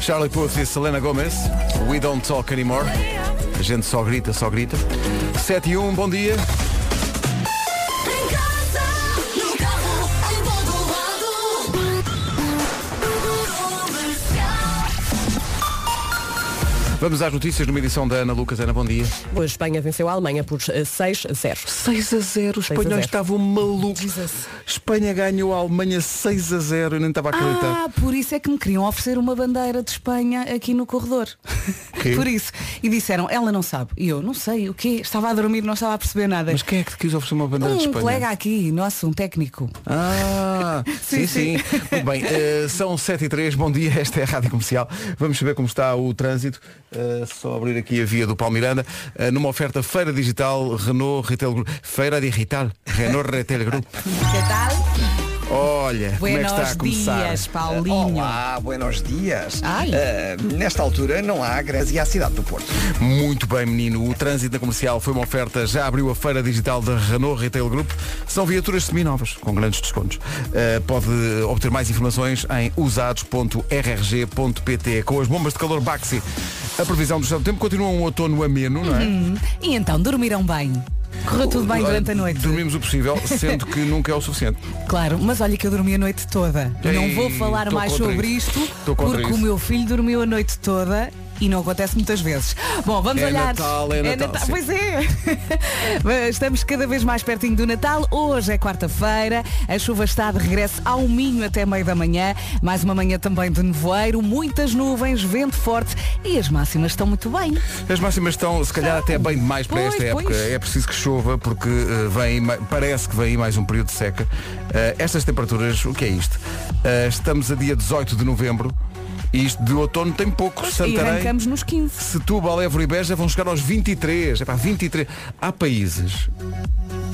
Charlie Puth e Selena Gomez. We don't talk anymore. A gente só grita, só grita. 7 e 1, bom dia. Em casa, no carro, em todo lado. Comercial. Vamos às notícias numa edição da Ana Lucas. Ana, bom dia. Hoje, Espanha venceu a Alemanha por eh, 6 a 0. 6 a 0. Os 6 a 0. espanhóis estavam malucos. um Espanha ganhou a Alemanha 6 a 0. Eu nem estava a acreditar. Ah, por isso é que me queriam oferecer uma bandeira de Espanha aqui no corredor. Quê? por isso. E disseram, ela não sabe. E eu, não sei, o quê? Estava a dormir, não estava a perceber nada. Mas quem é que te quis oferecer uma bandeira um de Espanha? colega aqui, nosso, um técnico. Ah, sim, sim. Sim, sim. Muito bem, eh, são 7 e 3 bom dia, esta é a Rádio Comercial. Vamos saber como está o trânsito. Eh, só abrir aqui a via do Palmiranda. eh, numa oferta feira digital Renault Retail Group. Feira digital Renault Retail Group. Que tal? Olha, como é que está a Buenos começar? dias, Paulinho. Olá, buenos dias. Ai. Ah, nesta altura não há grande e há a cidade do Porto. Muito bem, menino. O trânsito na comercial foi uma oferta. Já abriu a feira digital da Renault Retail Group. São viaturas seminovas, com grandes descontos. Uh, pode obter mais informações em usados.rrg.pt. Com as bombas de calor Baxi, a previsão do estado do tempo continua um outono ameno, não é? E então, dormiram bem? Correu tudo bem durante a noite? Dormimos o possível, sendo que nunca é o suficiente. Claro, mas olha que eu dormi a noite toda. Ei, não vou falar tô mais contra sobre isso. isto, Tô contra porque isso. o meu filho dormiu a noite toda. E não acontece muitas vezes. Bom, vamos É olhar. Natal, é Natal, sim. Pois é. Estamos cada vez mais pertinho do Natal. Hoje é quarta-feira. A chuva está de regresso ao Minho até meio da manhã. Mais uma manhã também de nevoeiro. Muitas nuvens, vento forte. E as máximas estão muito bem. As máximas estão, se calhar, até bem demais para Pois, esta época. pois. É preciso que chova, porque eh, vem, ma- parece que vem aí mais um período de seca. Eh, estas temperaturas, o que é isto? Eh, estamos a dia 18 de novembro e isto de outono tem pouco. E Santarém, arrancamos nos 15. Setúbal, Évora e Beja vão chegar aos 23. É 23. Há países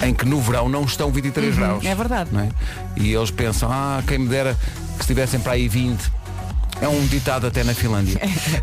em que no verão não estão 23 graus. é verdade. não é? E eles pensam, ah, quem me dera que estivessem para aí 20. É um ditado até na Finlândia.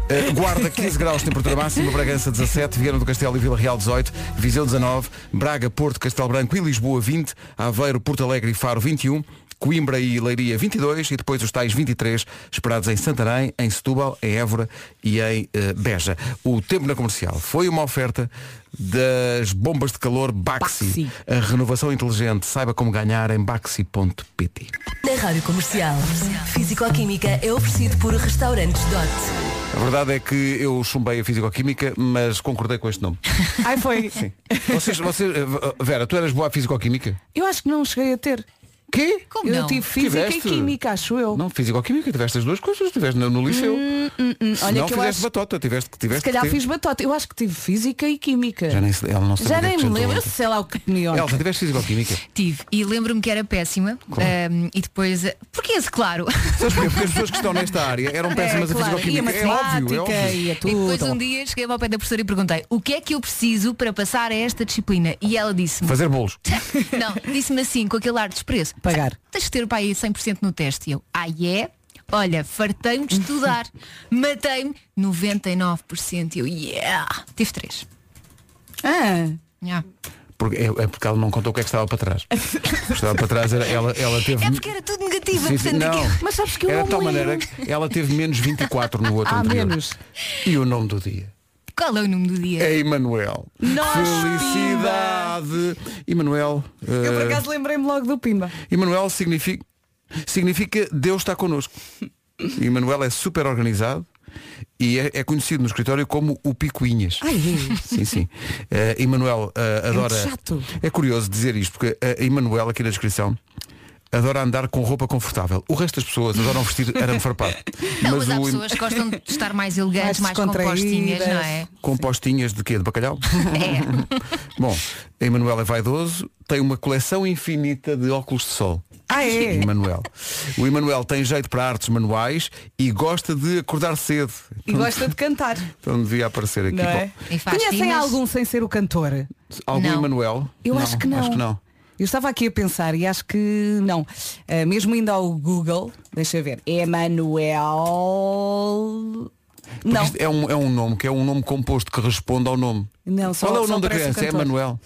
Eh, Guarda 15 graus de temperatura máxima, Bragança 17, Viana do Castelo e Vila Real 18, Viseu 19, Braga, Porto, Castelo Branco e Lisboa 20, Aveiro, Porto Alegre e Faro 21, Coimbra e Leiria 22 e depois os tais 23 esperados em Santarém, em Setúbal, em Évora e em eh, Beja. O tempo na comercial foi uma oferta das bombas de calor Baxi. Baxi. A renovação inteligente, saiba como ganhar em baxi.pt. Na Rádio Comercial, Físico-Química é oferecido por Restaurantes Dot. A verdade é que eu chumbei a Físico-Química, mas concordei com este nome. Ai, foi. Vocês, vocês, eh, Vera, tu eras boa a Físico-Química? Eu acho que não cheguei a ter. Quê? Como eu não? tive física Tiveste? e química, acho eu. Não, Físico-Química, tiveste as duas coisas, tiveste no, no liceu. Se Hum, olha não que eu fizeste acho- batota, tiveste que tiveste. Se calhar que ter. fiz batota. Eu acho que tive física e química. Já nem, se- ela não se Já lembra nem que me sentou lembro, ontem. sei lá o que é neon. Elsa, tiveste Físico-Química? Tive. E lembro-me que era péssima. Ahm, e depois. Porque esse, claro. Sabes porquê? Porque as pessoas que estão nesta área eram péssimas é, claro, a e a Físico-Química. É óbvio, é matemática óbvio. e a E tudo. depois um dia cheguei ao pé da professora e perguntei o que é que eu preciso para passar a esta disciplina. E ela disse-me. Fazer bolos. Não, disse-me assim, com aquele ar de desprezo. "Ah, Pagar. Tens de ter para aí 100% no teste. E eu, ah, é? Olha, fartei-me de estudar. Matei-me 99%. E eu, yeah! Tive três. Ah, Yeah. Porque, é, é porque ela não contou o que é que estava para trás. O que estava para trás era ela, ela teve. É porque era tudo negativo. Sim, sim, portanto, não. aquilo- Mas sabes que eu Era não de É tal me lembro. maneira que ela teve menos 24 no outro Ah, anterior. menos. E o nome do dia? Qual é o nome do dia? É Emanuel. Nós, Felicidade. Emanuel. Eu por eh, acaso lembrei-me logo do Pimba. Emanuel significa, significa Deus está connosco. Emanuel é super organizado e é, é conhecido no escritório como o Picuinhas. Ai, Sim, sim. Eh, Emanuel eh, adora. muito chato. É curioso dizer isto, porque eh, Emanuel, aqui na descrição, adora andar com roupa confortável. O resto das pessoas adoram vestir arame farpado. Não, mas há o Em- pessoas que gostam de estar mais elegantes, Mais mais, compostinhas, não é? com postinhas de quê? De bacalhau? É. Bom, Emanuel é vaidoso, tem uma coleção infinita de óculos de sol. Ah, é? Emanuel. O Emanuel tem jeito para artes manuais e gosta de acordar cedo. E gosta de cantar, Então devia aparecer aqui. não é? Bom, E faz Conhecem tinas. algum sem ser o cantor? algum Não. Emanuel? Eu acho que não. Acho que não. Eu estava aqui a pensar e acho que não. Eh, Ah, mesmo indo ao Google, deixa eu ver. Emanuel. Porque Não. isto É um, é um nome que é um nome composto que responde ao nome. Não, só- Qual é o só nome da aparece o criança? É cantor. Manuel.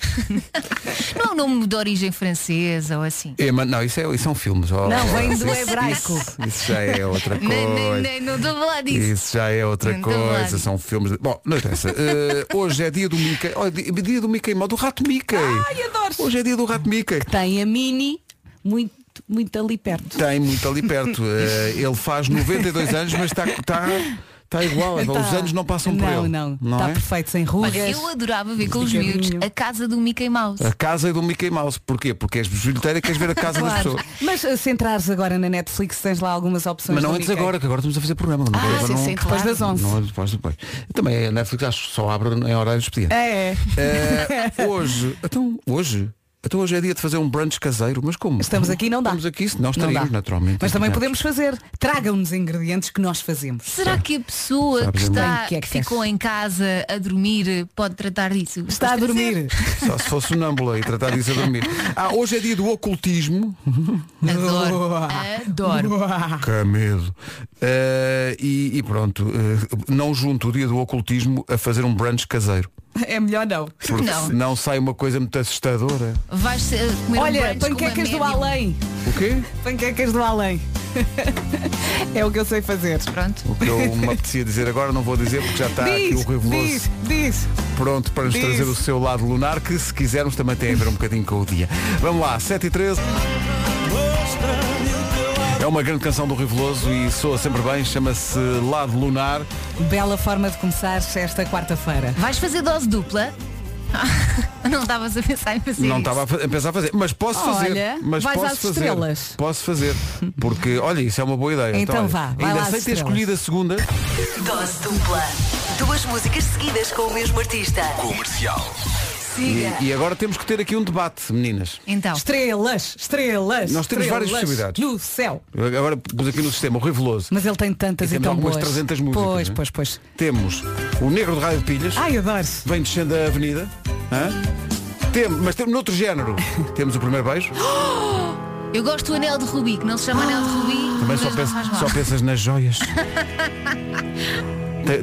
Não é um nome de origem francesa ou assim. É, Man- não, isso, é, isso são filmes. Oh, Não, vem isso- do hebraico. Isso, isso já é outra Nem, nem, coisa. nem, não estou a falar disso. Isso já é outra Não, então coisa, vai. são filmes. de- Bom, não interessa. Eh, hoje é dia do Mickey. Oh, di- dia do Mickey Mouse, do rato Mickey. Ai, adoro. Hoje é dia do rato Mickey. Tem a Mini muito, muito ali perto. Tem muito ali perto. Eh, ele faz 92 anos, mas está está está igual. Os Tá. anos não passam por não, ele. Não, Tá não Está é? perfeito, sem rugas. Olha, eu adorava ver com os Fica miúdos vinho. a casa do Mickey Mouse. A casa é do Mickey Mouse. Porquê? Porque és bisbilheteira e queres ver a casa das Claro. pessoas. Mas eh, se entrares agora na Netflix tens lá algumas opções. Mas não do antes Mickey. agora, que agora estamos a fazer programa. Não, Ah, agora sim, não, sim, Depois claro. das 11. não- depois, depois. Também a Netflix acho que só abre em horário expediente. É, é. Eh, hoje, então hoje, então hoje é dia de fazer um brunch caseiro, mas como? Estamos aqui, não dá. Estamos aqui, senão Não estaríamos dá. naturalmente. Mas também Não. podemos fazer. Tragam-nos ingredientes que nós fazemos. Será que a pessoa Sabes, que, irmão? está, Bem, que é que que ficou fez? em casa a dormir pode tratar disso? Está a Pois, dormir. Só se fosse sonâmbula e tratar disso a dormir. Ah, hoje é dia do ocultismo. Adoro. Boa. Ah, Adoro. Uau. Que é medo. Eh, e, e pronto, eh, não junto o dia do ocultismo a fazer um brunch caseiro. É melhor não. Porque Não. senão sai uma coisa muito assustadora. Vais eh, comer um Olha, brunch com uma panquecas do médium. além. O quê? Panquecas do além. é o que eu sei fazer. Pronto. O que eu me apetecia dizer agora não vou dizer porque já está Tá aqui o diz, reveloso. diz, diz. pronto para nos Diz. trazer o seu lado lunar, que se quisermos também tem a ver um bocadinho com o dia. Vamos lá, 7 e 13. É uma grande canção do Riveloso e soa sempre bem, chama-se Lado Lunar. Bela forma de começar esta quarta-feira. Vais fazer dose dupla? Ah, Não estavas a pensar em fazer Não isso. estava a fa- a pensar fazer, mas posso fazer. Olha, mas vais posso às fazer. estrelas. Posso fazer, porque olha, isso é uma boa ideia. Então olha, vá, vai Ainda lá às sei ter estrelas. escolhido a segunda. Dose dupla. Duas músicas seguidas com o mesmo artista. E, e agora temos que ter aqui um debate, meninas. Então, Estrelas, estrelas. Nós temos várias estrelas possibilidades. No céu. Agora pus aqui no sistema o Riveloso. Mas ele tem tantas E e, temos tão algumas boas. 300 músicas, Pois, né? pois, pois. Temos o Negro de Raio de Pilhas. Ai, adoro. vem descendo a avenida. hã? Tem- mas temos noutro género. temos o primeiro beijo. eu gosto do anel de rubi, que não se Ah. chama anel de rubi, Também mas só, não pensa- faz mal. só pensas nas joias. Te-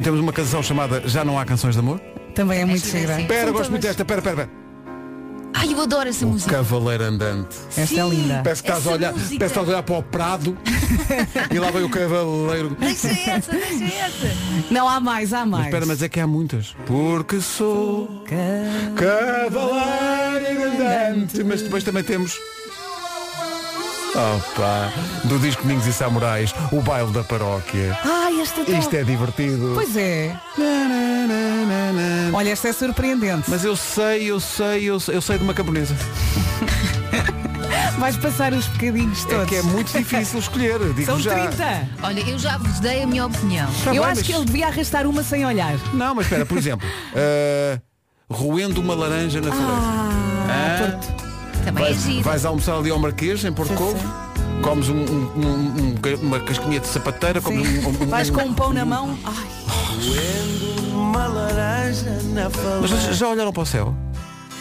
temos uma canção chamada Já Não Há Canções de Amor. Também é muito Esta é gira. assim. Pera, São gosto muito todas. desta. Pera, pera, pera. Ai, eu adoro essa música. Cavaleiro Andante. Esta é Sim. linda. Parece que estás a Essa olhar, parece música. que estás a olhar para o Prado e lá vem o Cavaleiro. Deixa essa, deixa essa. Não, há mais, há mais. Espera, mas é que há muitas. Porque sou Cavaleiro Andante. Mas depois também temos. Opa! Do disco Ninhos e Samurais, o baile da paróquia. Ah, Ai, esta é tão- Isto é divertido. Pois é. Na, na, na, na, na. Olha, esta é surpreendente. Mas eu sei, eu sei, eu sei, eu sei de uma camponesa. Vais passar os bocadinhos todos. É que é muito difícil escolher. Digo São já. 30. Olha, eu já vos dei a minha opinião. Tá bem, Eu acho mas- que ele devia arrastar uma sem olhar. Não, mas espera, por exemplo, uh, roendo uma laranja na floresta. Ah, Também é Vais, giro. vais almoçar ali ao Marquês, em Porto Covo, comes um- um- um- um- uma casquinha de sapateira, comes um, um- Ah. um- Vais com um pão na mão. Ai, Mas vocês já olharam para o céu?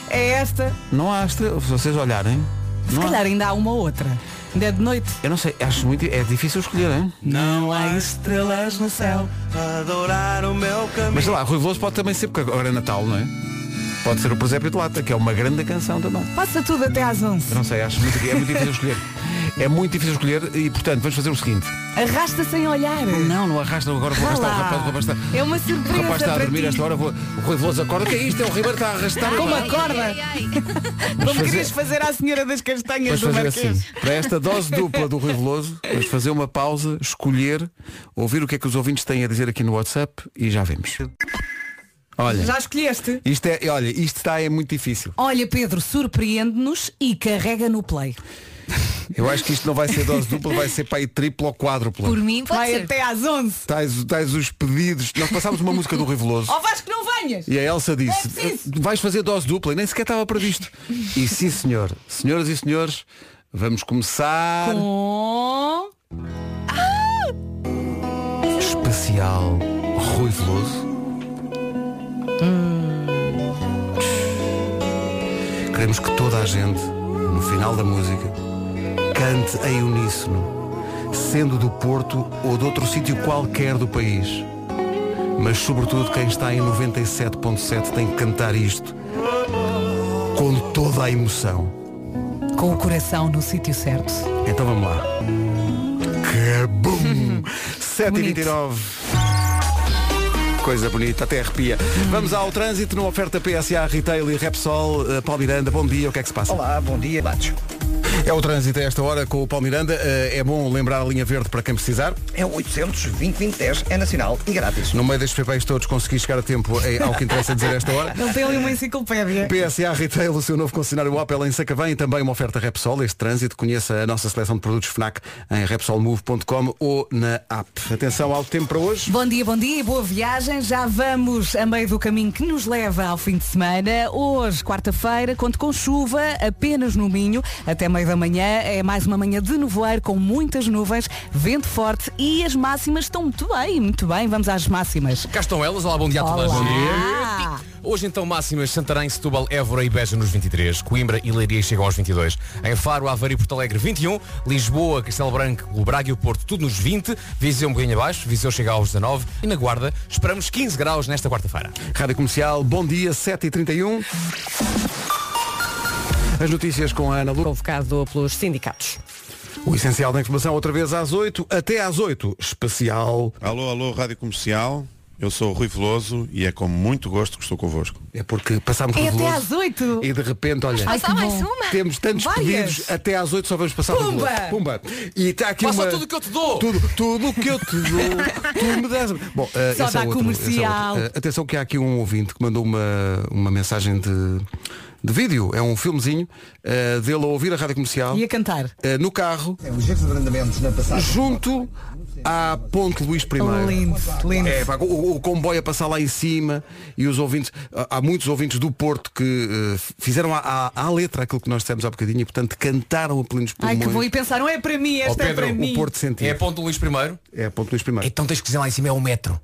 é esta. Não há astra, se vocês olharem. Se não há- calhar ainda há uma outra. Ainda é de noite. Eu não sei, acho muito. É difícil escolher, hein? Não há estrelas no céu a adorar o meu caminho. Mas sei lá, Rui Veloso pode também ser, porque agora é Natal, não é? Pode ser o Presépio de Lata, que é uma grande canção também. Passa tudo até às 11. Eu não sei, acho muito, é muito difícil escolher. É muito difícil escolher e, portanto, vamos fazer o seguinte. Arrasta sem olhar. Não, não arrastam agora, vou Vá arrastar o lá. rapaz, o rapaz está... É uma O surpresa rapaz está a para dormir ti. a esta hora, vou, o Rui Veloso acorda, que é isto? É o Ribeiro está a arrastar. Como Vamos acorda? Ai, ai, Como fazer- querias fazer à senhora das Vamos castanhas fazer do Marquês? assim, para esta dose dupla do Rui Veloso, vamos fazer uma pausa, escolher, ouvir o que é que os ouvintes têm a dizer aqui no WhatsApp e já vemos. Olha, Já escolheste? isto é, olha, isto está é muito difícil. Olha, Pedro, surpreende-nos e carrega no play. Eu acho que isto não vai ser dose dupla, vai ser para aí triplo ou quádrupla. Por mim pode Vai ser. até às 11. Tais, tais os pedidos. Nós passámos uma música do Rui Veloso. Ó Vasco, não venhas! E a Elsa disse, "Eh, Não é preciso. vais fazer dose dupla e nem sequer estava previsto. E sim senhor, senhoras e senhores, vamos começar Com... especial Rui Veloso. Queremos que toda a gente, no final da música, cante em uníssono, sendo do Porto ou de outro sítio qualquer do país. Mas sobretudo quem está em 97.7 tem que cantar isto com toda a emoção. Com o coração no sítio certo. Então vamos lá. Cabum! 7h29. Coisa bonita, até arrepia. Vamos ao trânsito numa oferta PSA, Retail e Repsol. Uh, Paulo Miranda, bom dia, o que é que se passa? Olá, bom dia. Latos. É o trânsito a esta hora com o Paulo Miranda. Uh, é bom lembrar a linha verde para quem precisar. É o 800 2010 é nacional e grátis. No meio destes PPs todos consegui chegar a tempo eh, ao que interessa dizer a esta hora. Ele tem ali uma enciclopédia. PSA Retail, o seu novo concessionário Opel em Sacavém e também uma oferta Repsol. Este trânsito conheça a nossa seleção de produtos FNAC em repsolmove.com ou na app. Atenção ao tempo para hoje. Bom dia, bom dia e boa viagem. Já vamos a meio do caminho que nos leva ao fim de semana. Hoje, quarta-feira, conto com chuva apenas no Minho até meio da manhã. É mais uma manhã de nevoeiro com muitas nuvens, vento forte e as máximas estão muito bem, muito bem. Vamos às máximas. Cá estão elas, olá, bom dia a toda a Olá. gente. Hoje então máximas Santarém, Setúbal, Évora e Beja nos 23, Coimbra e Leiria chegam aos 22, em Faro, Aveiro e Porto Alegre 21, Lisboa, Castelo Branco, Braga e o Porto tudo nos 20, Viseu um bocadinho abaixo, Viseu chega aos 19 e na Guarda esperamos 15 graus nesta quarta-feira. Rádio Comercial, bom dia, 7h31. As notícias com a Ana Lu. convocado pelos sindicatos. O essencial da informação outra vez às 8, até às 8. Especial. Alô, alô, Rádio Comercial. Eu sou o Rui Veloso e é com muito gosto que estou convosco. É porque passámos É até reveloso às oito. E de repente, olha. Ai, só mais uma. Temos tantos Vaias. pedidos, até às 8 só vamos passar Pumba! reveloso. Pumba! E está aqui Passa uma... tudo o que eu te dou. Tudo, tudo o que eu te dou, tu me das. Bom, eh, Só esse é dá outro, comercial. esse é outro. Eh, atenção que há aqui um ouvinte que mandou uma, uma mensagem de, de vídeo. É um filmezinho eh, dele a ouvir a rádio comercial E a cantar. eh, no carro, É o jeito de andamentos na passagem. junto à Ponte Luís I. Lindo, lindo. É, pá, o, o comboio a passar lá em cima e os ouvintes, há há muitos ouvintes do Porto que eh, fizeram à, à- à letra aquilo que nós dissemos há bocadinho e portanto cantaram a plenos Ai, pulmões que bom. E pensaram, é para mim, Ó, esta é Pedro, para o mim. o Porto É a sentido. ponte do Luís I? É, a Ponte Luís I. Então tens que dizer lá em cima, é o metro.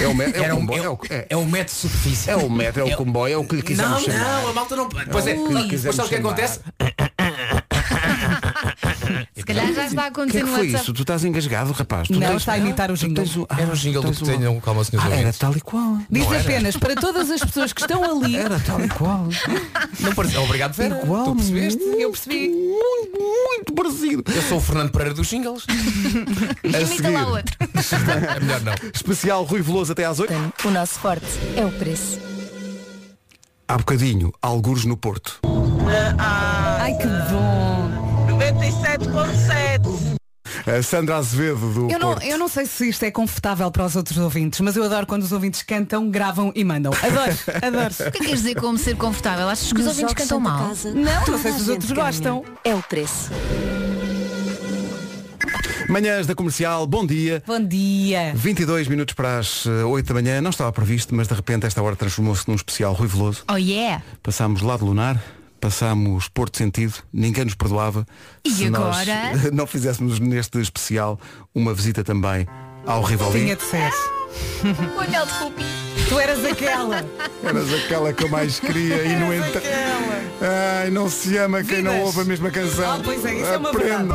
É o metro, é Era o um- comboio, é o- é, é- é um metro de superfície. É o metro, é o comboio, é o que lhe Não, quisermos chamar. não, a malta não. Pois é, o que lhe mas quisermos sabe o que chamar. acontece? Se calhar já está a O que é acontecer que no foi WhatsApp. isso? Tu estás engasgado, rapaz? Tu Não, tens- Ah, está a imitar o Tu jingle. tens Era um jingle tens do que tenham calma, senhores Ah, era ouvintes. tal e qual. Diz apenas para todas as pessoas que estão ali. Era tal e qual. Não parece. Obrigado, Vera. Igual. Tu percebeste? Eu percebi. Muito, muito parecido. Eu sou o Fernando Pereira dos Singles. Imita lá outro. É melhor não. Especial Rui Veloso até às 8. O nosso forte é o preço. Há bocadinho, algures no Porto. Ai, que bom. A Eh, Sandra Azevedo do Eu não, Porto. eu não sei se isto é confortável para os outros ouvintes, mas eu adoro quando os ouvintes cantam, gravam e mandam. Adoro, adoro. O que é que queres dizer como ser confortável? Achas que os ouvintes cantam mal? Não, não sei se os outros gostam. É o preço. Manhãs da Comercial, bom dia. Bom dia. 22 minutos para as eh, 8 da manhã. Não estava previsto, mas de repente esta hora transformou-se num especial Rui Veloso. Oh yeah! passámos lado lunar, passámos Porto Sentido, ninguém nos perdoava E se nós agora? não fizéssemos neste especial uma visita também ao Rivoli. Tinha de ser. Olha de Rupi. Tu eras aquela. Eras aquela que eu mais queria e no entanto. Ai, não se ama quem não Vidas. ouve a mesma canção. Ah, pois é, isso é uma Aprenda.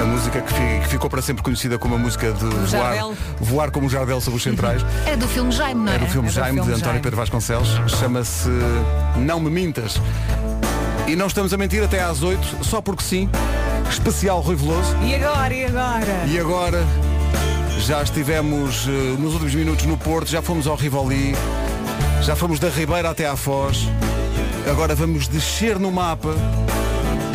A música que, fi- que ficou para sempre conhecida como a música de voar, Jardel. voar como o Jardel sobre os centrais, Era do filme Jaime, não é era? do filme É do Jaime de filme António Jaime. Pedro Vasconcelos, chama-se Não Me Mintas. E não estamos a mentir até às 8, só porque sim, especial Rui Veloso. E agora, e agora? E agora já estivemos eh, nos últimos minutos no Porto, já fomos ao Rivoli, já fomos da Ribeira até à Foz. Agora vamos descer no mapa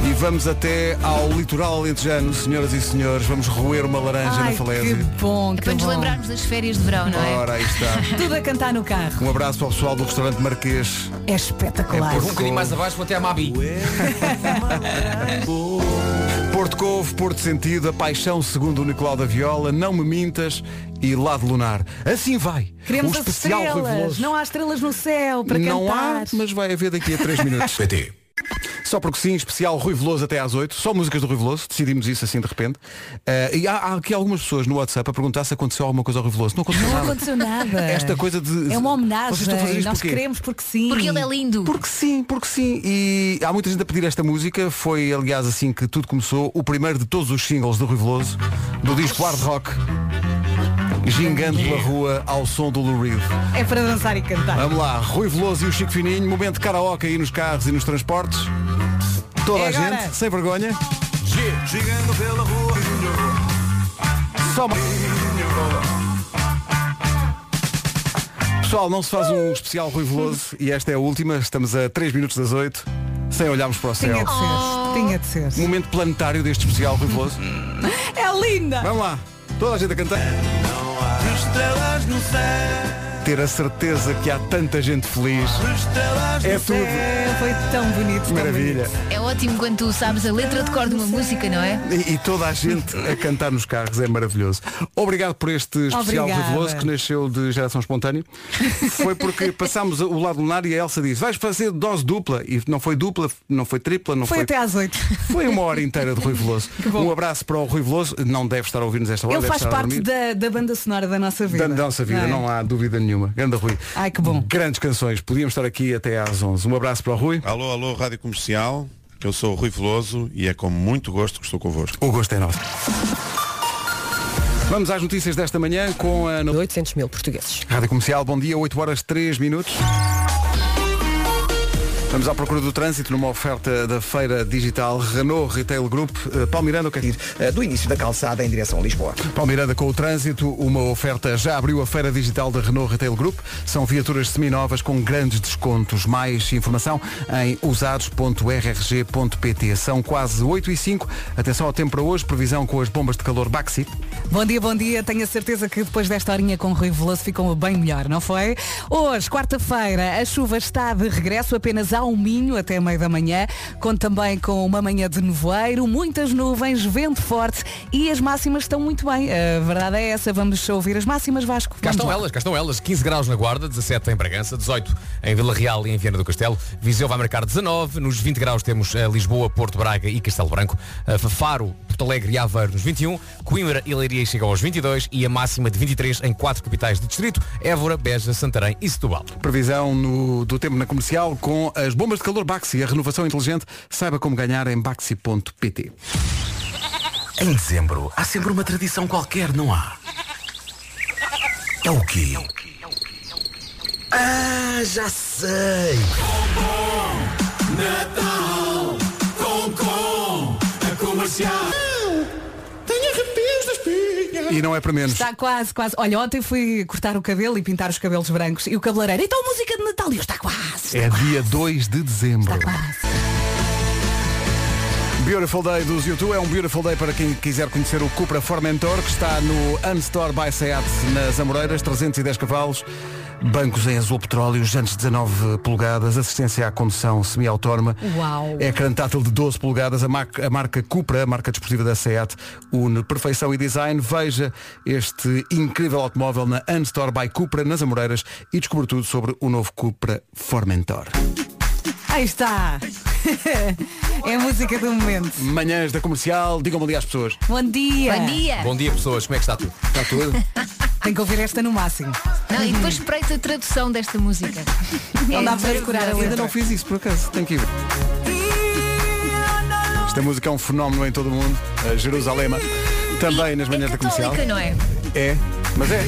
e vamos até ao litoral alentejano, senhoras e senhores, vamos roer uma laranja Ai, na que falésia. bom, É que para nos bom. lembrarmos das férias de verão, não é? Ora, aí está. Tudo a cantar no carro. Um abraço para o pessoal do restaurante Marquês. É espetacular. É Um bocadinho mais abaixo vou até a Mabi. Porto Covo, Porto Sentido, a paixão segundo o Nicolau da Viola, não me mintas e lado lunar. Assim vai. Queremos o as especial Rui estrelas. Veloso. Não há estrelas no céu para não cantar. há, mas vai haver daqui a 3 minutos. PT. Só porque sim, especial Rui Veloso até às 8, só músicas do Rui Veloso, decidimos isso assim de repente. Eh, e há, há aqui algumas pessoas no WhatsApp a perguntar se aconteceu alguma coisa ao Rui Veloso. Não aconteceu Não nada. aconteceu nada. Esta coisa de. É Vocês uma homenagem. estão a fazer isto Nós porquê? queremos porque sim. Porque ele é lindo. Porque sim, porque sim. E há muita gente a pedir esta música. Foi, aliás, assim que tudo começou. O primeiro de todos os singles do Rui Veloso, do disco Hard Rock. Gingando pela rua ao som do Lou Reed. É para dançar e cantar. Vamos lá, Rui Veloso e o Chico Fininho, momento de karaoke aí nos carros e nos transportes. Toda É a agora. gente, sem vergonha. Chegando pela rua. Só uma... Pessoal, não se faz um especial Rui Veloso e esta é a última, estamos a 3 minutos das 8, sem olharmos para o céu. Tinha de ser. Tinha de ser. Momento planetário deste especial Rui Veloso. É linda! Vamos lá, toda a gente a cantar. Estrelas no céu. Ter a certeza que há tanta gente feliz. Estrelas É no tudo. É, foi tão bonito. tão Maravilha. É ótimo quando tu sabes a letra de cor de uma música, não é? E, e toda a gente a cantar nos carros é maravilhoso. Obrigado por este especial Obrigada. reveloso que nasceu de geração espontânea. Foi porque passámos o lado lunar e a Elsa disse, vais fazer dose dupla. E não foi dupla, não foi tripla, não Foi foi. até às oito. Foi uma hora inteira de Rui Veloso. Um abraço para o Rui Veloso. Não deve estar a ouvir-nos esta hora. Ele deve faz estar a parte dormir. da, da banda sonora da nossa vida. da nossa vida, é? não há dúvida nenhuma. Ganda Rui. Ai, que bom. Grandes canções. Podíamos estar aqui até às 11. Um abraço para o Rui. Alô, alô, Rádio Comercial. Eu sou o Rui Veloso e é com muito gosto que estou convosco. O gosto é nosso. Vamos às notícias desta manhã com a... 800 mil portugueses. Rádio Comercial, bom dia, 8 horas 3 minutos. Vamos à procura do trânsito numa oferta da feira digital Renault Retail Group. Eh, Paulo Miranda, o que é que eh, Do início da calçada em direção a Lisboa. Paulo Miranda com o trânsito, uma oferta já abriu a feira digital da Renault Retail Group. São viaturas seminovas com grandes descontos. Mais informação em usados.rrg.pt. São quase 8 e 5. Atenção ao tempo para hoje, previsão com as bombas de calor Baxi. Bom dia, bom dia. Tenho a certeza que depois desta horinha com o Rui Veloso ficou bem melhor, não foi? Hoje, quarta-feira, a chuva está de regresso apenas ao Minho até meio da manhã. Conto também com uma manhã de nevoeiro, muitas nuvens, vento forte e as máximas estão muito bem. A verdade é essa. Vamos ouvir as máximas, Vasco. Cá Vamos estão lá. elas, cá estão elas. 15 graus na Guarda, 17 em Bragança, 18 em Vila Real e em Viana do Castelo. Viseu vai marcar 19. Nos 20 graus temos eh, Lisboa, Porto Braga e Castelo Branco. Eh, Faro, Porto Alegre e Aveiro nos 21. Coimbra e Leiria chegam aos 22. E a máxima de 23 em quatro capitais de distrito. Évora, Beja, Santarém e Setúbal. Previsão no- do tempo na comercial com as bombas de calor Baxi, a renovação inteligente. Saiba como ganhar em baxi.pt. Em dezembro, há sempre uma tradição qualquer, não há? É o quê? Ah, já sei! Natal com com a comercial. Tenho arrepios das espinha. E não é para menos. Está quase, quase. Olha, ontem fui cortar o cabelo e pintar os cabelos brancos. E o cabeleireiro, então música de Natal. E eu, está quase. É dia 2 de dezembro. Beautiful Day dos YouTube é um Beautiful Day para quem quiser conhecer o Cupra Formentor, que está no Unstore by Seat nas Amoreiras, 310 cavalos, bancos em azul petróleo, jantes 19 polegadas, assistência à condução semi-autónoma. Uau. Ecrã tátil de 12 polegadas, a marca, a marca Cupra, a marca desportiva da SEAT, une perfeição e design. Veja este incrível automóvel na Unstore by Cupra, nas Amoreiras, e descubra tudo sobre o novo Cupra Formentor. Aí está. é a música do momento. Manhãs da Comercial, digam bom dia às pessoas. Bom dia. Bom dia. Bom dia, pessoas. Como é que está tudo? Está tudo? Tem que ouvir esta no máximo. Não, e depois espreita a tradução desta música. Não É dá para decorar a maravilhoso. letra. Não fiz isso, por acaso. Tenho que ir. Esta música é um fenómeno em todo o mundo. A Jerusalema. Também nas manhãs da Comercial. Católica, não é? É, mas é.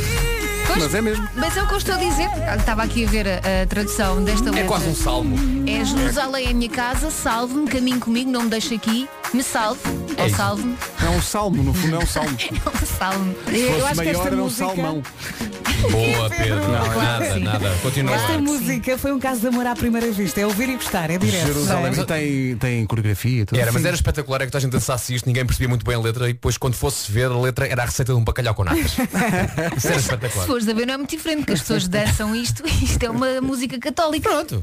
Pois, Mas é mesmo. Mas é o que eu estou a dizer. Estava aqui a ver a, a tradução desta letra. É quase um salmo. É Jerusalém é a minha casa, salve-me, caminho comigo, não me deixe aqui, me salve, É ou isso. salve-me, É um salmo, no fundo é um salmo. salve-me. Se fosse maior era um salmão. Boa, Pedro. Não, é nada, nada. Continua. Esta música foi um caso de amor à primeira vista. É ouvir e gostar, é direto. Jerusalém não é? tem, tem coreografia e tudo. Era, mas era espetacular, é que toda a gente dançasse isto, ninguém percebia muito bem a letra e depois quando fosse ver a letra era a receita de um bacalhau com natas. Isso era Se espetacular. fores a ver não é muito diferente, porque as pessoas dançam isto, isto é uma música católica. Pronto.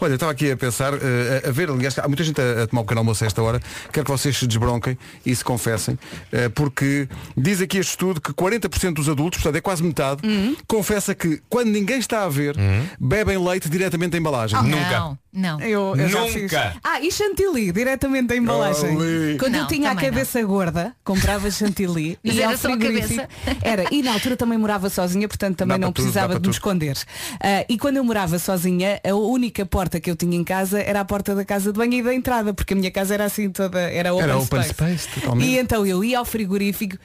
Olha, estava aqui a pensar, eh, a, a ver, aliás, há muita gente a, a tomar o canal almoço a esta hora, quero que vocês se desbronquem e se confessem, eh, porque diz aqui este estudo que 40% dos adultos, portanto é quase metade, Uhum. confessa que quando ninguém está a ver, Uhum. bebem leite diretamente da embalagem. Oh, Ah, Não, não. Eu, eu já fiz. Nunca. Ah, e chantilly, diretamente da embalagem. Ali. Quando eu Não, tinha a também cabeça gorda, comprava chantilly. Mas e era ao só a frigorífico- cabeça. Era, e na altura também morava sozinha, portanto também Dá não para tudo, dá precisava para de me tudo. esconder. Ah, e quando eu morava sozinha, a única porta que eu tinha em casa era a porta da casa de banho e da entrada, porque a minha casa era assim toda, era open, Era open space, totalmente. E então eu ia ao frigorífico,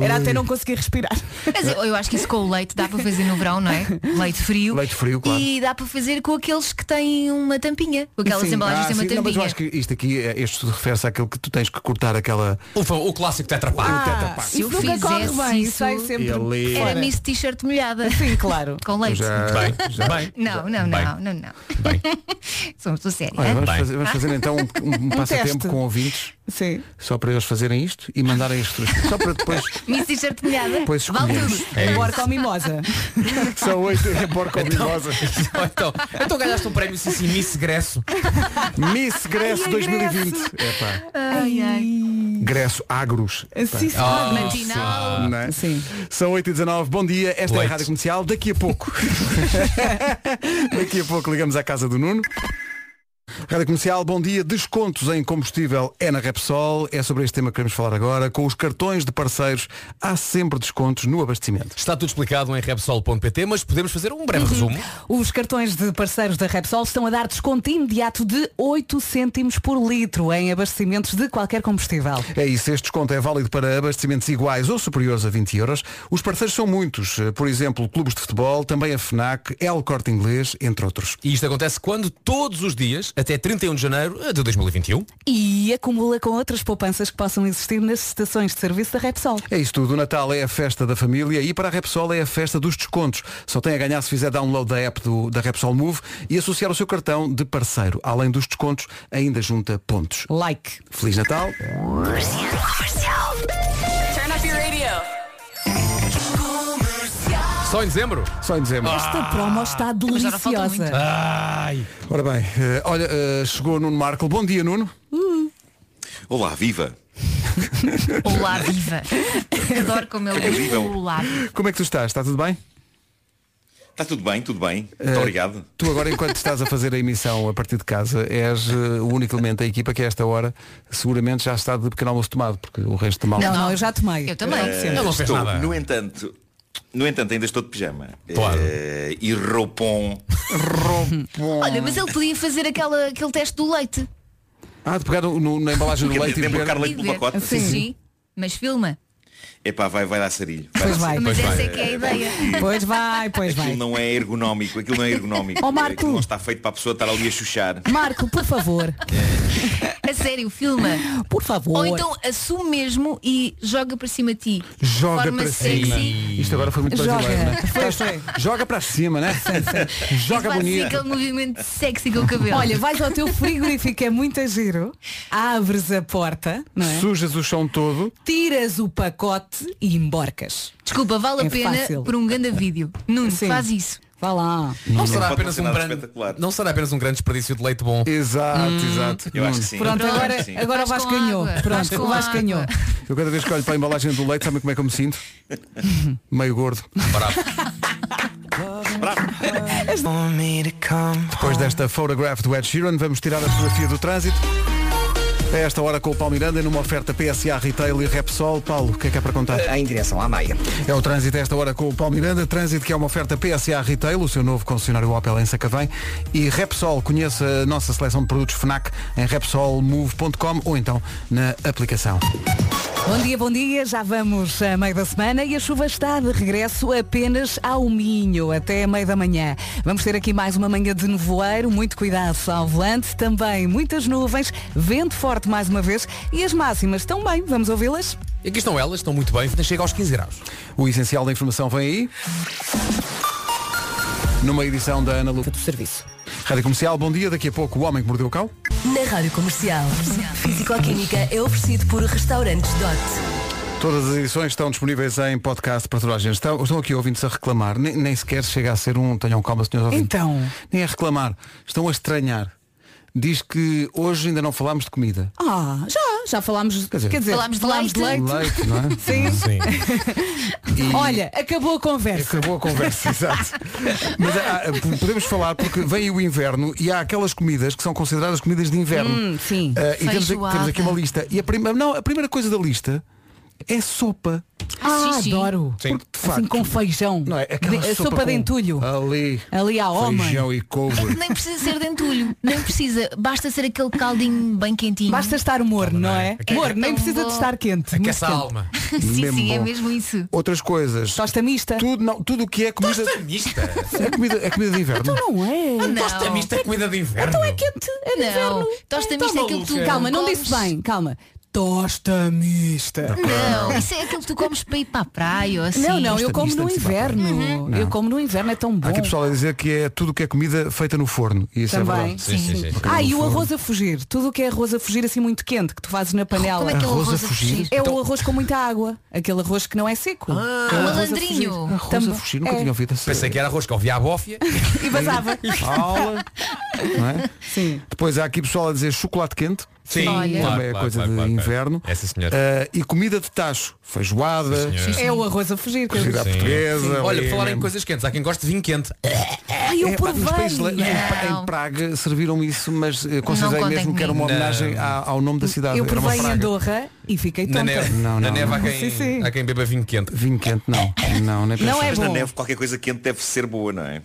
Era até não conseguir respirar. Mas eu, eu acho que isso com o leite dá para fazer no verão, não é? Leite frio. Leite frio, claro. E dá para fazer com aqueles que têm uma tampinha. Com aquelas Sim. embalagens Ah, que têm sim. uma Não, mas eu tampinha. acho que isto aqui, eh, este refere-se àquele que tu tens que cortar aquela. O, fa- o clássico Tetra Pak. Ah, Se eu Isso nunca corre fizesse bem, isso, sai sempre Ele- era Fora. Miss T-shirt molhada. Sim, claro. Com leite. Já- Bem, já- bem. Não, não, Bem. não, não, não. Bem. Somos do sério. Olha, hein? vamos, Bem. fazer, vamos fazer então um, um passatempo teste. com ouvintes, Sim. só para eles fazerem isto e mandarem as sugestões. Só para depois. Miss T-shirt molhada. Pois Vale escolhemos. tudo. É Agora com a mimosa. São oito é porco mimosa. Ou então, então ganhaste um prémio Sissi Miss Gresso. Miss Gresso 2020. Epá. Ai, ai. Gresso Agros. Sim, sim. Oh. Matinal. Não é? Sim. São 8h19, bom dia, esta é a Leite. Rádio Comercial, daqui a pouco. daqui a pouco ligamos à casa do Nuno. Rádio Comercial, bom dia. Descontos em combustível é na Repsol. É sobre este tema que queremos falar agora. Com os cartões de parceiros, há sempre descontos no abastecimento. Está tudo explicado em repsol.pt, mas podemos fazer um breve resumo. Os cartões de parceiros da Repsol estão a dar desconto imediato de 8 cêntimos por litro em abastecimentos de qualquer combustível. É isso, este desconto é válido para abastecimentos iguais ou superiores a 20 euros. Os parceiros são muitos, eh, por exemplo, clubes de futebol, também a FNAC, El Corte Inglês, entre outros. E isto acontece quando todos os dias, até 31 de janeiro eh, de 2021, E acumula com outras poupanças que possam existir nas estações de serviço da Repsol. É isso tudo, o Natal é a festa da família e para a Repsol é a festa dos descontos. Só tem a ganhar se fizer download da app do- da Repsol Move e associar o seu cartão de parceiro. Além dos descontos, ainda junta pontos. Like. Feliz Natal! só em dezembro. Só em dezembro. Ah. Esta Ah. promo está agora falta deliciosa. Ai. Ora bem, eh, olha, eh, chegou Nuno Marco. Bom dia, Nuno. Olá, viva! Olá, viva. Adoro como É ele diz. Olá, viva. Como é que tu estás? Está tudo bem? Está Tá tudo bem, tudo bem. Muito Eh, obrigado. Tu agora, enquanto estás a fazer a emissão a partir de casa, és eh, o único elemento da equipa que a esta hora seguramente já está de pequeno almoço tomado, porque o resto de mal. Não, não, eu já tomei. Eu também. Eh, não fez estou, nada. no entanto, no entanto, ainda estou de pijama. Claro. Eh, e roupon. Olha, mas ele podia fazer aquela, aquele teste do leite. Ah, de pegar no- no- na embalagem do Porque leite e lembra o pegar- Carlos- Leite E no ver. pacote. Sim. Sim. Mas filma. Epá, vai, vai dar sarilho. Vai Pois dar vai. sarilho. Mas Pois essa vai. é que é a ideia. Pois vai, pois Aquilo vai. não é ergonómico, aquilo não é ergonómico. Ó, Marco. aquilo não está feito para a pessoa estar ali a chuchar. Marco, por favor. A sério, filma. Por favor. Ou então assume mesmo e joga para cima de ti. Joga Forma para sexy. cima. Isto agora foi muito brasileiro, não é? Joga. Foi, foi. Joga para cima, né? Joga Faz assim bonito. aquele movimento sexy com o cabelo. Olha, vais ao teu frigorífico, é muito giro. Abres a porta, não é? Sujas o chão todo. Tiras o pacote e embarcas. Desculpa, vale a É pena fácil. por um grande vídeo. Nuno, Sim. faz isso. Vá lá. Não, Não será pode apenas ser um nada grande, espetacular. não será apenas um grande desperdício de leite bom. Exato, exato. Hum. Eu acho que Nuno, sim. Pronto, eu acho agora, que sim. agora o Faz Vasco com ganhou. água. Faz Pronto, com o Vasco água. ganhou. Eu cada vez que olho para a embalagem do leite, sabem como é que eu me sinto? Meio gordo. Bravo. Depois desta photograph do Ed Sheeran, vamos tirar a fotografia do trânsito. A esta hora com o Paulo Miranda, numa oferta PSA Retail e Repsol. Paulo, o que é que é para contar? Eh, Em direção à Maia. É o trânsito a esta hora com o Paulo Miranda, trânsito que é uma oferta PSA Retail, o seu novo concessionário Opel em Sacavém e Repsol, conheça a nossa seleção de produtos FNAC em repsolmove.com ou então na aplicação. Bom dia, bom dia. Já vamos a meio da semana e a chuva está de regresso apenas ao Minho, até meio da manhã. Vamos ter aqui mais uma manhã de nevoeiro, muito cuidado ao volante, também muitas nuvens, vento forte mais uma vez e as máximas estão bem, vamos ouvi-las? E aqui estão é elas, estão muito bem, chega aos 15 graus. O essencial da informação vem aí. Numa edição da Ana Luca do Serviço. Rádio Comercial, bom dia. Daqui a pouco o Homem que Mordeu o Cão. Na Rádio Comercial, Físico-Química é oferecido por Restaurantes Dot. Todas as edições estão disponíveis em podcast para toda a gente. Estão, estão aqui ouvintes a reclamar. Nem, nem sequer chega a ser um. Tenham calma, senhores ouvintes. Então. Nem a reclamar. Estão a estranhar. Diz que hoje ainda não falámos de comida. Ah, já, já falámos, quer dizer, dizer, falámos de leite. Leite, não é? Sim. Sim. Olha, acabou a conversa. Acabou a conversa, exato. Mas ah, ah, p- podemos falar porque vem o inverno e há aquelas comidas que são consideradas comidas de inverno. Hum, sim. Ah, e temos, aqui- Feijoada. temos aqui uma lista. E a, prima, não, a primeira coisa da lista é sopa. Ah, Sim, sim. adoro. Sim. Porque, de Assim facto, com feijão. não é? Aquela De- a sopa, de com- Ah, entulho. Ali. Ali à homem. Feijão e couve. Nem precisa ser dentulho. Nem precisa. Basta ser aquele caldinho bem quentinho. Basta estar morno, não é? Aqui- Morno, nem Tão precisa bom. de estar quente. muito Aquece a quente. alma. sim, Mesmo sim, é bom. mesmo isso. Outras coisas. Tosta mista. Tudo, não, tudo o que é comida. Tosta mista? É comida, é comida de inverno. não é. Não. Tosta mista é comida de inverno. Então é quente, é de Não. inverno. Tosta Então, mista é aquilo que tu Calma, não comes. disse bem, calma. Tosta mista. Não, isso é aquilo que tu comes para ir para a praia ou assim. Não, não, eu Tosta como mista no tem que se vai para inverno. Uhum. Não. Eu é como no inverno, é tão Há bom. aqui pessoal a dizer que é tudo o que é comida feita no forno. E isso é Também. verdade. Sim, sim. Ah, e o arroz a fugir. Tudo o que é arroz a fugir assim muito quente que tu fazes na panela. Como é que é o Arroz a arroz a fugir? fugir? É o arroz com muita água. Aquele arroz que não é seco. É. Ah, malandrinho. Arroz a fugir, nunca tinha ouvido essa. Pensei que era arroz que ouvia a bófia. E vazava. Aula. não é? Sim. Depois há aqui pessoal a dizer chocolate quente. Sim, Também Olha. é claro, coisa claro, de claro, claro. inverno. Essa senhora. Ah, e comida de tacho. Feijoada, Sim, senhora. É o arroz a fugir. que eu comida digo. portuguesa. Olha, por ali falar em mesmo. coisas quentes, há quem goste de vinho quente. Ai, eu É, pá, nos países le- em, provei. Pa- em Praga serviram isso, mas eh, considerei contem mesmo que era uma comigo. homenagem à- ao nome da cidade. Eu Era uma provei em Praga. Andorra e fiquei Na tonta. neve, Não, na não, neve há não. quem, Então, Sim, sim. há quem beba vinho quente. Vinho quente, não. Não, nem Não é Mas na bom. neve qualquer coisa quente deve ser boa, não é?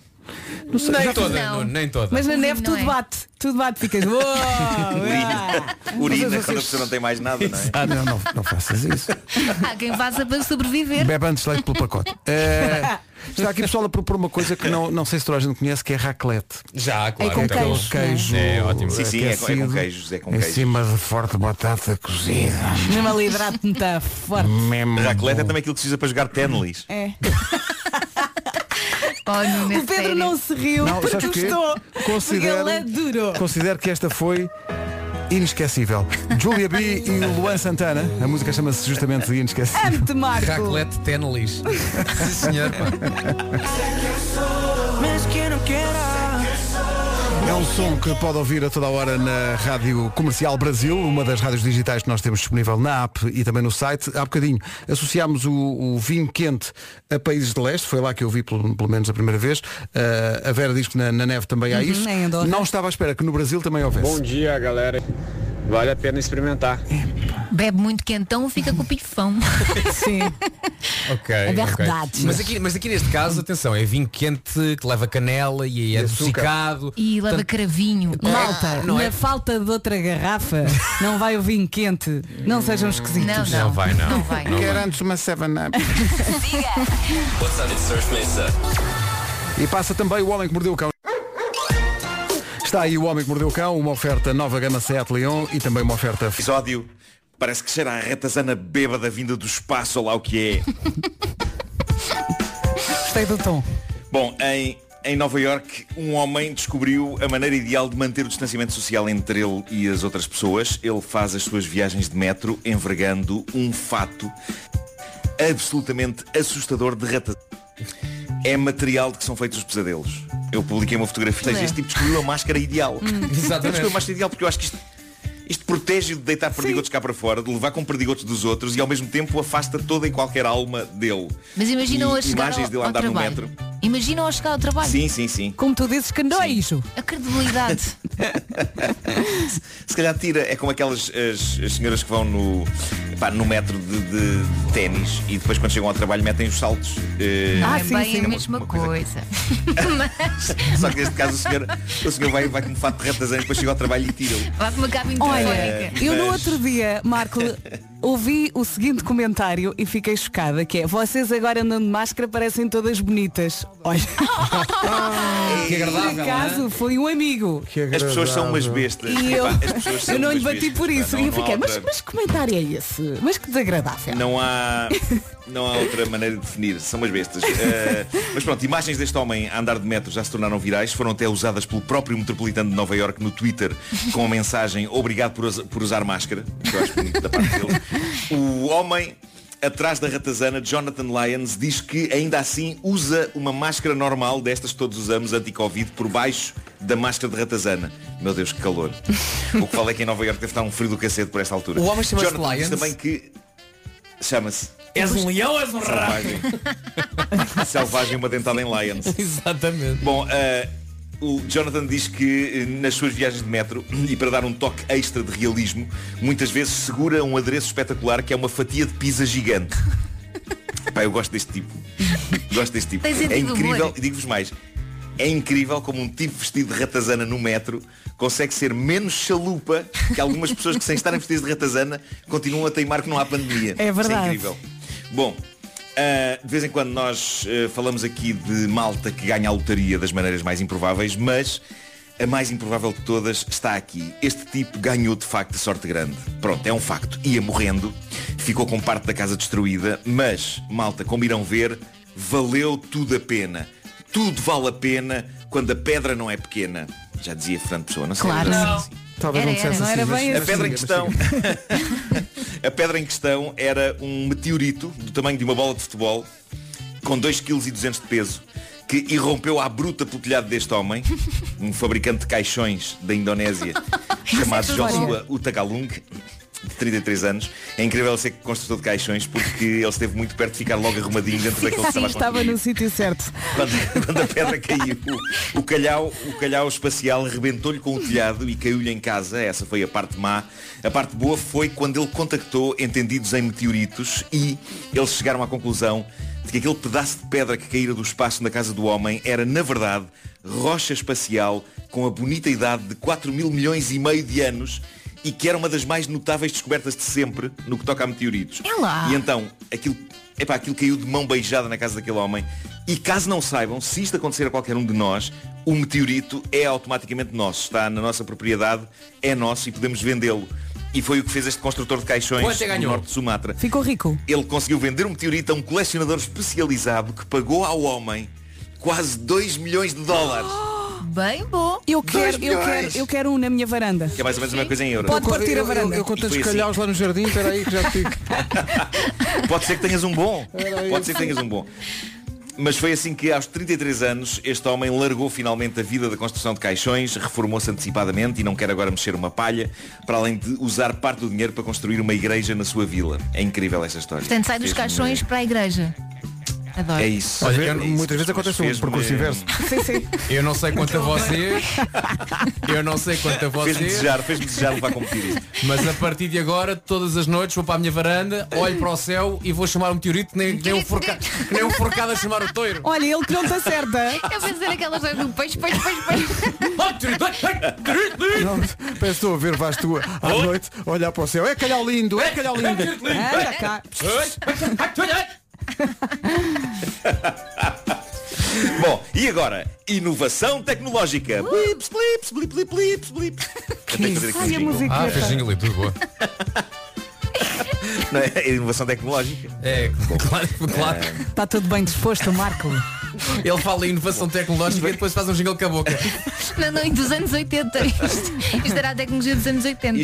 nem, toda, Não. Nuno, nem toda, Mas na Sim, neve não tudo é. bate. Tudo bate. Ficas. "Uou, ah." Urina, vocês- quando a pessoa não tem mais nada, não é? Ah, não, não, não faças isso. Há ah, quem vaza para sobreviver. Bebe antes leite pelo pacote. Eh, está aqui pessoal a propor uma coisa que não, não sei se toda a gente conhece, que é raclette. Já, claro. é com então. Com Queijo, queijo. né? É, ótimo. Sim, sim, é com- é com aquecido, queijos, é com assim, Em queijos. cima de forte batata cozida. Mesmo ali hidrato-me tá forte. Mesmo Raclette é bom. também aquilo que se usa para jogar ténis. É. Oh, Nuno, é O Pedro sério. não se riu Não, porque sabes quê? gostou. Considero- Porque ele adorou. Considero que esta foi inesquecível. Julia B e Luan Santana. A música chama-se justamente de Inesquecível. Amo-te, Marco. Raclette Tenelis. Sim, senhor. pá. É um som que pode ouvir a toda a hora na Rádio Comercial Brasil, uma das rádios digitais que nós temos disponível na app e também no site. Há bocadinho associámos o, o vinho quente a países de leste, foi lá que eu vi pelo, pelo menos a primeira vez. Ah, a Vera diz que na, na neve também há isso. em Andorra. Não estava à espera que no Brasil também houvesse. dia, galera. Vale a pena experimentar. Bebe muito quentão, fica com pifão. Sim. Ok. ok. verdade. Mas, aqui, mas aqui neste caso, atenção, é vinho quente que leva canela e é adocicado. E leva Portanto, cravinho. Malta, não na é- falta de outra garrafa, não vai o vinho quente. Não sejam esquisitos. Não, não. Não vai, não. Não vai. Quero antes uma 7-Up. E passa também o Homem que Mordeu o Cão. Está aí o Homem que Mordeu o Cão, uma oferta nova gama Seat Leon e também uma oferta... Episódio. Parece que cheira a retazana bêbada vinda do espaço, ou lá o que é. Gostei do tom. Bom, em, em Nova York, um homem descobriu a maneira ideal de manter o distanciamento social entre ele e as outras pessoas. Ele faz as suas viagens de metro envergando um fato absolutamente assustador de rata. É material de que são feitos os pesadelos. Eu publiquei uma fotografia. Ou seja, Este tipo descobriu a máscara Hum. ideal. Ele descobriu a Exatamente. máscara ideal porque eu acho que isto, isto protege-o de deitar perdigotos cá para fora, de levar com perdigotos dos outros e ao mesmo tempo afasta toda e qualquer alma dele. Mas imaginam E a chegar imagens ao, dele ao andar no trabalho. um metro. Imaginam a chegar ao trabalho. Sim, sim, sim. Como tu dizes, que não é isso. A credibilidade. Se calhar tira, é como aquelas as, as senhoras que vão no, pá, no metro de, de ténis e depois quando chegam ao trabalho metem os saltos. Eh, Não Ah, é sim, bem sim. a mesma Uma coisa coisa. Mas Só que neste caso o senhor, o senhor vai, vai com um fato de retazão e depois chega ao trabalho e tira-o. vá para uma cabine Olha, telefónica. eu no Mas- outro dia, Marco, ouvi o seguinte comentário e fiquei chocada, que é vocês agora andam de máscara parecem todas bonitas. Olha, Ah, Que por é? agradável. acaso foi um amigo. As pessoas são umas bestas. E eu, Epá, as pessoas são eu não lhe umas bati bestas, por pá, isso. não- e eu não há fiquei, mas, outra- mas que comentário é esse? Mas que desagradável. Não há, não há outra maneira de definir, são umas bestas. Eh, mas pronto, imagens deste homem a andar de metro já se tornaram virais, foram até usadas pelo próprio metropolitano de Nova Iorque no Twitter com a mensagem Obrigado por, usa- por usar máscara, que eu acho bonito da parte dele. O homem atrás da ratazana, Jonathan Lyons, diz que ainda assim usa uma máscara normal destas que todos usamos, anti-Covid, por baixo da máscara de ratazana. Meu Deus, que calor. O que fala é que em Nova Iorque deve estar um frio do cacete por esta altura. O homem chama-se Jonathan diz Lyons? também que chama-se És um leão, és um rato. Selvagem. Selvagem uma dentada em Lions. Exatamente. Bom, eh, o Jonathan diz que eh, nas suas viagens de metro, e para dar um toque extra de realismo, muitas vezes segura um adereço espetacular que é uma fatia de pizza gigante. Pá, eu gosto deste tipo. Gosto deste tipo. Tem É sentido do incrível, humor. e digo-vos mais, é incrível como um tipo vestido de ratazana no metro consegue ser menos chalupa que algumas pessoas que sem estarem vestidas de ratazana continuam a teimar que não há pandemia. É Isso verdade. é incrível. Bom, ah, de vez em quando nós ah, falamos aqui de malta que ganha a lotaria das maneiras mais improváveis, mas a mais improvável de todas está aqui. Este tipo ganhou de facto sorte grande. Pronto, é um facto. Ia morrendo, ficou com parte da casa destruída, mas, malta, como irão ver, valeu tudo a pena. Tudo vale a pena quando a pedra não é pequena. Já dizia Fernando Pessoa, não sei Claro. mas- assim. Não. Talvez não Era, dissesse era. assim, Não era É bem A assim. pedra em Mas sim, questão a pedra em questão era um meteorito do tamanho de uma bola de futebol, com 2,2 kg de peso, que irrompeu à bruta pelo telhado deste homem, um fabricante de caixões da Indonésia, chamado Isso é história. Joshua Utagalung, de 33 anos. É incrível ele ser construtor de caixões, porque ele esteve muito perto de ficar logo arrumadinho dentro daquele que Sim, estava a assim, estava construir. no sítio certo. Quando, quando a pedra caiu, o calhau, o calhau espacial rebentou-lhe com o telhado e caiu-lhe em casa. Essa foi a parte má. A parte boa foi quando ele contactou entendidos em meteoritos e eles chegaram à conclusão de que aquele pedaço de pedra que caíra do espaço na casa do homem era, na verdade, rocha espacial com a bonita idade de 4 mil milhões e meio de anos e que era uma das mais notáveis descobertas de sempre no que toca a meteoritos. É lá. E então, aquilo, epá, aquilo caiu de mão beijada na casa daquele homem. E caso não saibam, se isto acontecer a qualquer um de nós, o meteorito é automaticamente nosso. Está na nossa propriedade, é nosso e podemos vendê-lo. E foi o que fez este construtor de caixões Quanto é que do ganhou? norte de Sumatra. Ficou rico. Ele conseguiu vender um meteorito a um colecionador especializado que pagou ao homem quase 2 milhões de dólares. Oh, Bem bom. Eu quero, Dois eu milhões. quero, eu quero um na minha varanda. Que é mais ou menos a mesma coisa em euros. Pode partir a varanda. Eu, eu conto E os foi assim. calhaus lá no jardim, peraí que já te digo. Pode ser que tenhas um bom. Era Pode isso. ser que tenhas um bom. Mas foi assim que, aos 33 anos, este homem largou finalmente a vida da construção de caixões, reformou-se antecipadamente e não quer agora mexer uma palha, para além de usar parte do dinheiro para construir uma igreja na sua vila. É incrível esta história. Portanto, sai dos Fez-me- caixões para a igreja. Adoro. É isso. Olha, É eu- isso. muitas vezes acontece Mas um percurso fez-me- inverso. Sim, sim. Eu não sei quanto a vocês. Eu não sei quanto a vocês. Fez-me desejar, fez-me desejar levar com isto. Mas a partir de agora, todas as noites, vou para a minha varanda, olho para o céu e vou chamar um meteorito que nem, que nem, um, forca, que nem um forcado a chamar o toiro. Olha, ele que não te acerta. É Eu vou dizer aquelas coisas do peixe, peixe, peixe, peixe. Não, parece que estou a ver, vais tu à noite olhar para o céu. É calhau lindo, é calhau lindo. Anda Ah, cá. Bom, e agora? Inovação tecnológica. Blips, blips, blip, blip, blips, blips. Até fazer aqui um Ai, a jingle. musiqueta. Ah, fez jingle e tudo, boa. Não é? É inovação tecnológica. É, claro, claro. É. Está tudo bem disposto, Marco. Ele fala em inovação tecnológica e depois faz um jingle com a boca. Não, não, e dos anos 80. Isto, isto era a tecnologia dos anos 80.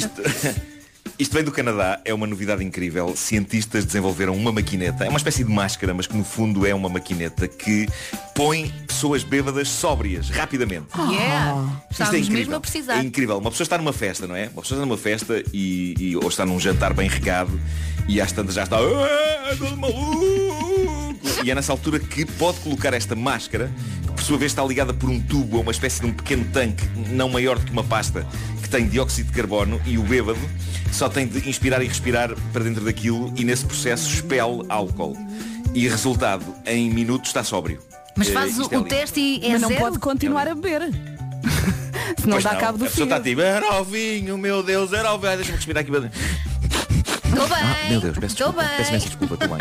Isto vem do Canadá, é uma novidade incrível. Cientistas desenvolveram uma maquineta, é uma espécie de máscara, mas que no fundo é uma maquineta que põe pessoas bêbadas sóbrias, rapidamente. Yeah. Isto é Estávamos mesmo incrível. a precisar. É incrível. Uma pessoa está numa festa, não é? Uma pessoa está numa festa e, e- ou está num jantar bem regado e às tantas já está. "Ah, todo maluco!" E é nessa altura que pode colocar esta máscara, que por sua vez está ligada por um tubo a uma espécie de um pequeno tanque, não maior do que uma pasta, que tem dióxido de carbono e o bêbado só tem de inspirar e respirar para dentro daquilo e nesse processo expele álcool. E resultado, em minutos está sóbrio. Mas Eh, faz o, isto é o lindo. teste e é Mas não zero. pode continuar a beber. Senão Pois dá não, cabo do a pessoa filho. está tipo, era o vinho, meu Deus, era o vinho. Deixa-me respirar aqui. Estou Ah, bem. meu Deus, peço Estou desculpa. bem. Peço imensa desculpa, estou bem.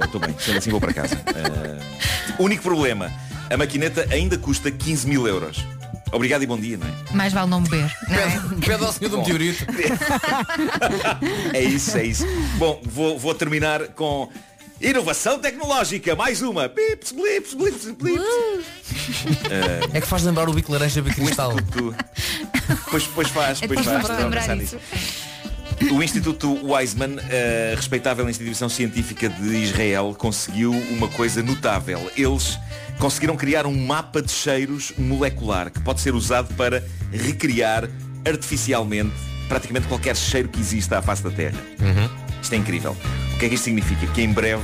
Eh, Estou bem, sendo assim vou para casa. Eh, único problema, a maquineta ainda custa 15 mil euros. Obrigado e bom dia, não é? Mais vale não beber. não é? Pede ao senhor do Bom. meteorito. É isso, é isso. Bom, vou, vou terminar com inovação tecnológica. Mais uma. Pips, blips, blips, blips. Eh, É que faz lembrar o bico laranja, bico cristal. Pois, pois faz, É pois depois faz. vamos Estava a lembrar pensar isso. nisso. O Instituto Weizmann, a respeitável instituição científica de Israel, conseguiu uma coisa notável. Eles conseguiram criar um mapa de cheiros molecular que pode ser usado para recriar artificialmente praticamente qualquer cheiro que exista à face da Terra. Isto é incrível. O que é que isto significa? Que em breve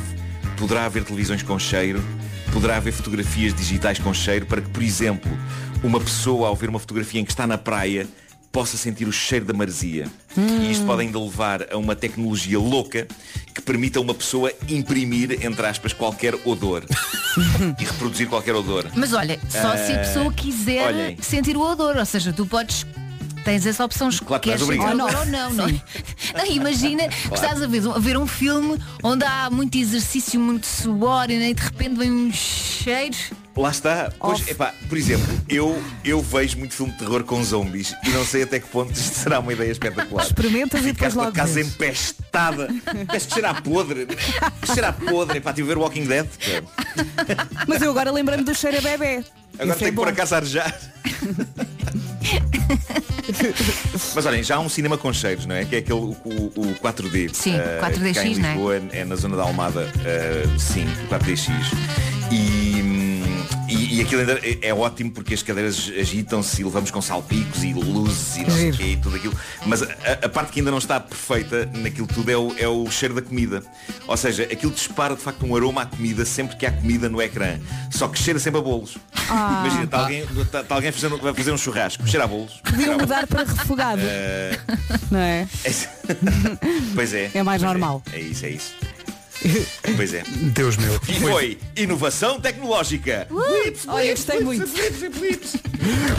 poderá haver televisões com cheiro, poderá haver fotografias digitais com cheiro para que, por exemplo, uma pessoa ao ver uma fotografia em que está na praia possa sentir o cheiro da maresia. E isto pode ainda levar a uma tecnologia louca que permita a uma pessoa imprimir, entre aspas, qualquer odor e reproduzir qualquer odor. Mas olha, só se a Eh, pessoa quiser olhem. sentir o odor. Ou seja, tu podes Tens essa opção Claro que queres vais ser obrigado. calor ou não, não, é? Não, imagina que estás a ver, a ver um filme onde há muito exercício, muito suor e né, e de repente vem um cheiro. Lá está. Pois, Off. epá, por exemplo, eu, eu vejo muito filme de terror com zombies e não sei até que ponto isto será uma ideia espetacular. Experimentas e Ficar depois com a logo casa vês. empestada. Parece que cheira a podre. Cheira a podre. Epá, tive a ver Walking Dead. tá- Mas eu agora lembrei-me do cheiro a bebê. Agora tenho que pôr a casa a arejar. Mas olhem, já há um cinema com cheiros, não é? Que é aquele, o, o- o 4D. Sim, eh, 4DX, cá em não é? Lisboa, é? na zona da Almada. eh, sim, o 4DX. E, hum, e, e aquilo ainda é- é ótimo porque as cadeiras agitam-se e levamos com salpicos e luzes e não sei o quê e tudo aquilo. Mas a, a parte que ainda não está perfeita naquilo tudo é o, é o cheiro da comida. Ou seja, aquilo dispara de facto um aroma à comida sempre que há comida no ecrã. Só que cheira sempre a bolos. Ah. Imagina, está alguém, tá, tá alguém fazendo- vai fazer um churrasco, cheira a bolos. Podiam mudar para refogado, Eh, não é? pois é. É mais Pois normal. É isso, é isso. Pois é. Deus meu. E foi inovação tecnológica. Olha, gostei muito.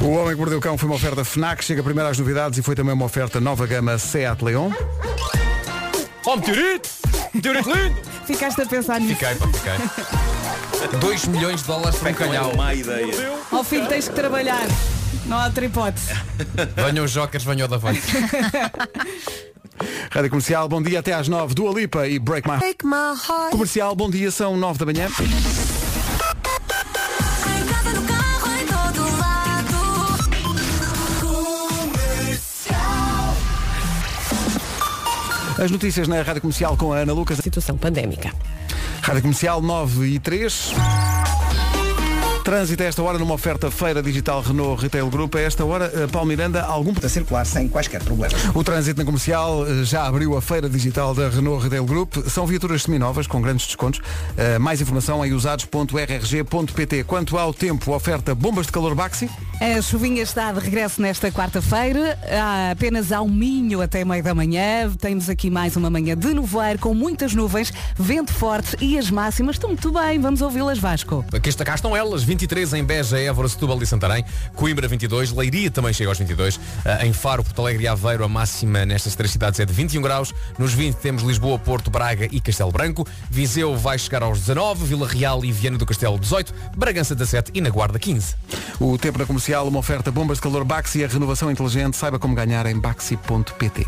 O Homem que Mordeu o Cão foi uma oferta FNAC, chega primeiro às novidades e foi também uma oferta nova gama Seat Leon. Oh, meteorito! Meteorito lindo! Ficaste a pensar nisso. Fiquei, pá, fiquei. 2 milhões de dólares para um calhau. Má ideia. Ao fim tens que trabalhar. Não há outra hipótese. Venham os jokers, venham o da voz. Rádio Comercial, bom dia até às 9, Dua Lipa e Break My... Break my heart. Comercial, bom dia, são 9 da manhã. Em casa, no carro, em todo lado. As notícias na Rádio Comercial com a Ana Lucas. Situação pandémica. Rádio Comercial 9 e 3. Trânsito a esta hora numa oferta feira digital Renault Retail Group. A esta hora, eh, Paulo Miranda, algum... A circular sem quaisquer problemas. O trânsito na comercial eh, já abriu a feira digital da Renault Retail Group. São viaturas seminovas com grandes descontos. Eh, Mais informação em usados.rrg.pt. Quanto ao tempo, oferta bombas de calor Baxi. A chuvinha está de regresso nesta quarta-feira, Há apenas ao Minho até meio da manhã. Temos aqui mais uma manhã de nevoeiro com muitas nuvens, vento forte e as máximas estão muito bem. Vamos ouvi-las, Vasco. Aqui está, cá estão elas, 23 em Beja, Évora, Setúbal e Santarém, Coimbra 22, Leiria também chega aos 22, Ah, em Faro, Porto Alegre e Aveiro a máxima nestas três cidades é de 21 graus, nos 20 temos Lisboa, Porto, Braga e Castelo Branco, Viseu vai chegar aos 19, Vila Real e Viana do Castelo 18, Bragança 17 e na Guarda 15. O tempo na comercial, uma oferta bombas de calor Baxi. A renovação inteligente, saiba como ganhar em baxi.pt.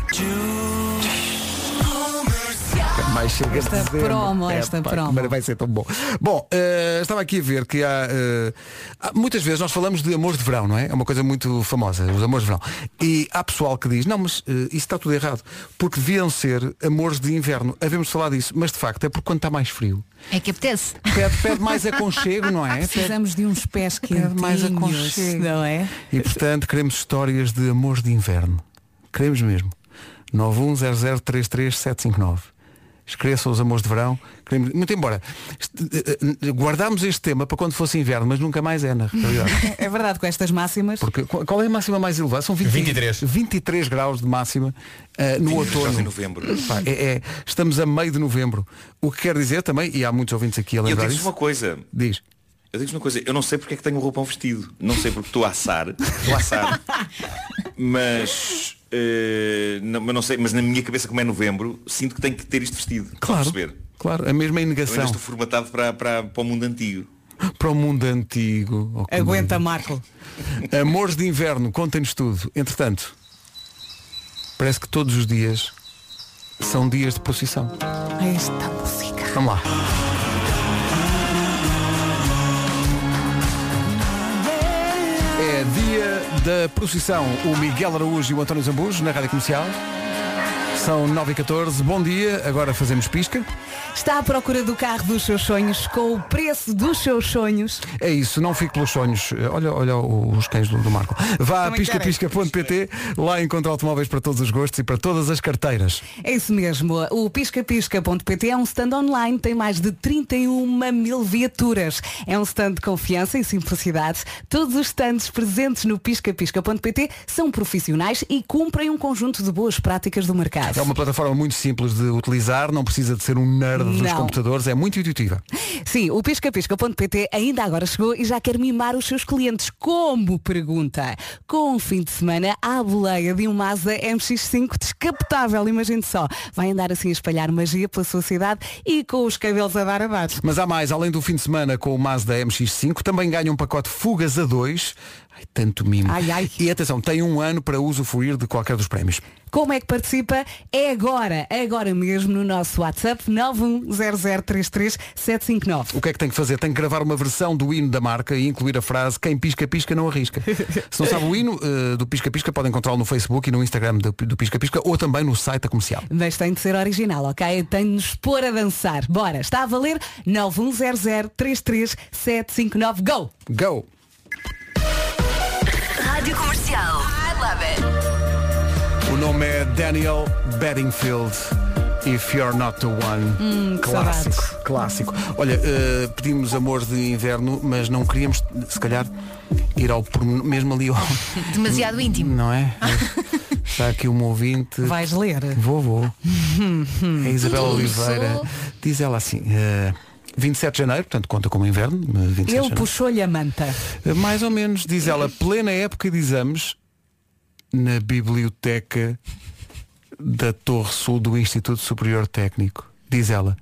Mais chega Esta de dezembro. promo, É, esta pá, promo. mas Vai ser tão bom. Bom, eh, estava aqui a ver que há, eh, há- Muitas vezes nós falamos de amores de verão, não é? É uma coisa muito famosa, os amores de verão. E há pessoal que diz, não, mas eh, isso está tudo errado. Porque deviam ser amores de inverno. Havemos falado disso, mas de facto é porque quando está mais frio. É que apetece. Pede, pede mais aconchego, não é? Pede- Precisamos de uns pés quentinhos, mais aconchego. não é? E portanto queremos histórias de amores de inverno. Queremos mesmo. 910033759. Escreçam os amores de verão. Queremos- Muito embora. este- eh, eh, Guardámos este tema para quando fosse inverno, mas nunca mais é, na realidade. É verdade, com estas máximas. Porque qual qual é a máxima mais elevada? São 20 23. 23 graus de máxima eh, no 23 graus outono. em novembro. Pá, é- é- estamos a meio de novembro. O que quer dizer também, e há muitos ouvintes aqui a E eu lembrar digo-vos isso. uma coisa. Diz. Eu digo-vos uma coisa. Eu não sei porque é que tenho um roupão vestido. Não sei porque estou a assar. Estou a assar. mas... eh, não, mas não sei, mas na minha cabeça como é novembro Sinto que tenho que ter isto vestido estão a Claro. Então. perceber? Eu Claro, a mesma ainda negação. estou formatado para, para, para o mundo antigo Para o mundo antigo. É Oh, que Aguenta, Marco. Amores de inverno, contem-nos tudo. Entretanto, parece que todos os dias são dias de procissão. Ai, Esta música. Vamos lá. É dia da procissão. O Miguel Araújo e o António Zambujo na Rádio Comercial. São 9h14. Bom dia. Agora fazemos pisca. Está à procura do carro dos seus sonhos com o preço dos seus sonhos. É isso, não fique pelos sonhos. Olha, olha os cães do, do Marco. Vá a Também querem. piscapisca.pt, lá encontra automóveis para todos os gostos e para todas as carteiras. É isso mesmo. O piscapisca.pt é um stand online, tem mais de 31 mil viaturas. É um stand de confiança e simplicidade. Todos os stands presentes no piscapisca.pt são profissionais e cumprem um conjunto de boas práticas do mercado. Então, É uma plataforma muito simples de utilizar, não precisa de ser um nerd verde dos Não. computadores é muito intuitiva. Sim, o piscapisca.pt ainda agora chegou e já quer mimar os seus clientes. Como? Pergunta. Com um fim de semana à boleia de um Mazda MX-5 descapotável, imagine só. Vai andar assim a espalhar magia pela sua cidade e com os cabelos a dar abaixo. Mas há mais, além do fim de semana com o Mazda MX-5, também ganha um pacote Fugas a 2. Ai, tanto mimo. E atenção, tem um ano para usufruir de qualquer dos prémios. Como é que participa? É agora, agora mesmo no nosso WhatsApp 910033759. O que é que tem que fazer? Tem que gravar uma versão do hino da marca e incluir a frase Quem pisca, pisca, não arrisca. Se não sabe o hino eh, do Pisca Pisca, pode encontrá-lo no Facebook e no Instagram do, do Pisca Pisca ou também no site da comercial. Mas tem de ser original, ok? Tem de nos pôr a dançar. Bora, está a valer 910033759. Go! Go! Rádio Comercial. I love it. O nome é Daniel Bedingfield. If you're not the one. Hum, que clássico, clássico. Olha, eh, pedimos amor de inverno, mas não queríamos, se calhar, ir ao pormenor, mesmo ali ao. Demasiado íntimo. Não é? Está aqui um ouvinte. Vais ler? Vou, vou. É a Isabel Tudo Oliveira. começou- Diz ela assim. eh, 27 de janeiro, portanto conta como inverno, eh, 27 de Ele janeiro. puxou-lhe a manta. Eh, Mais ou menos, diz ela, plena época de exames na biblioteca da Torre Sul do Instituto Superior Técnico. Diz ela,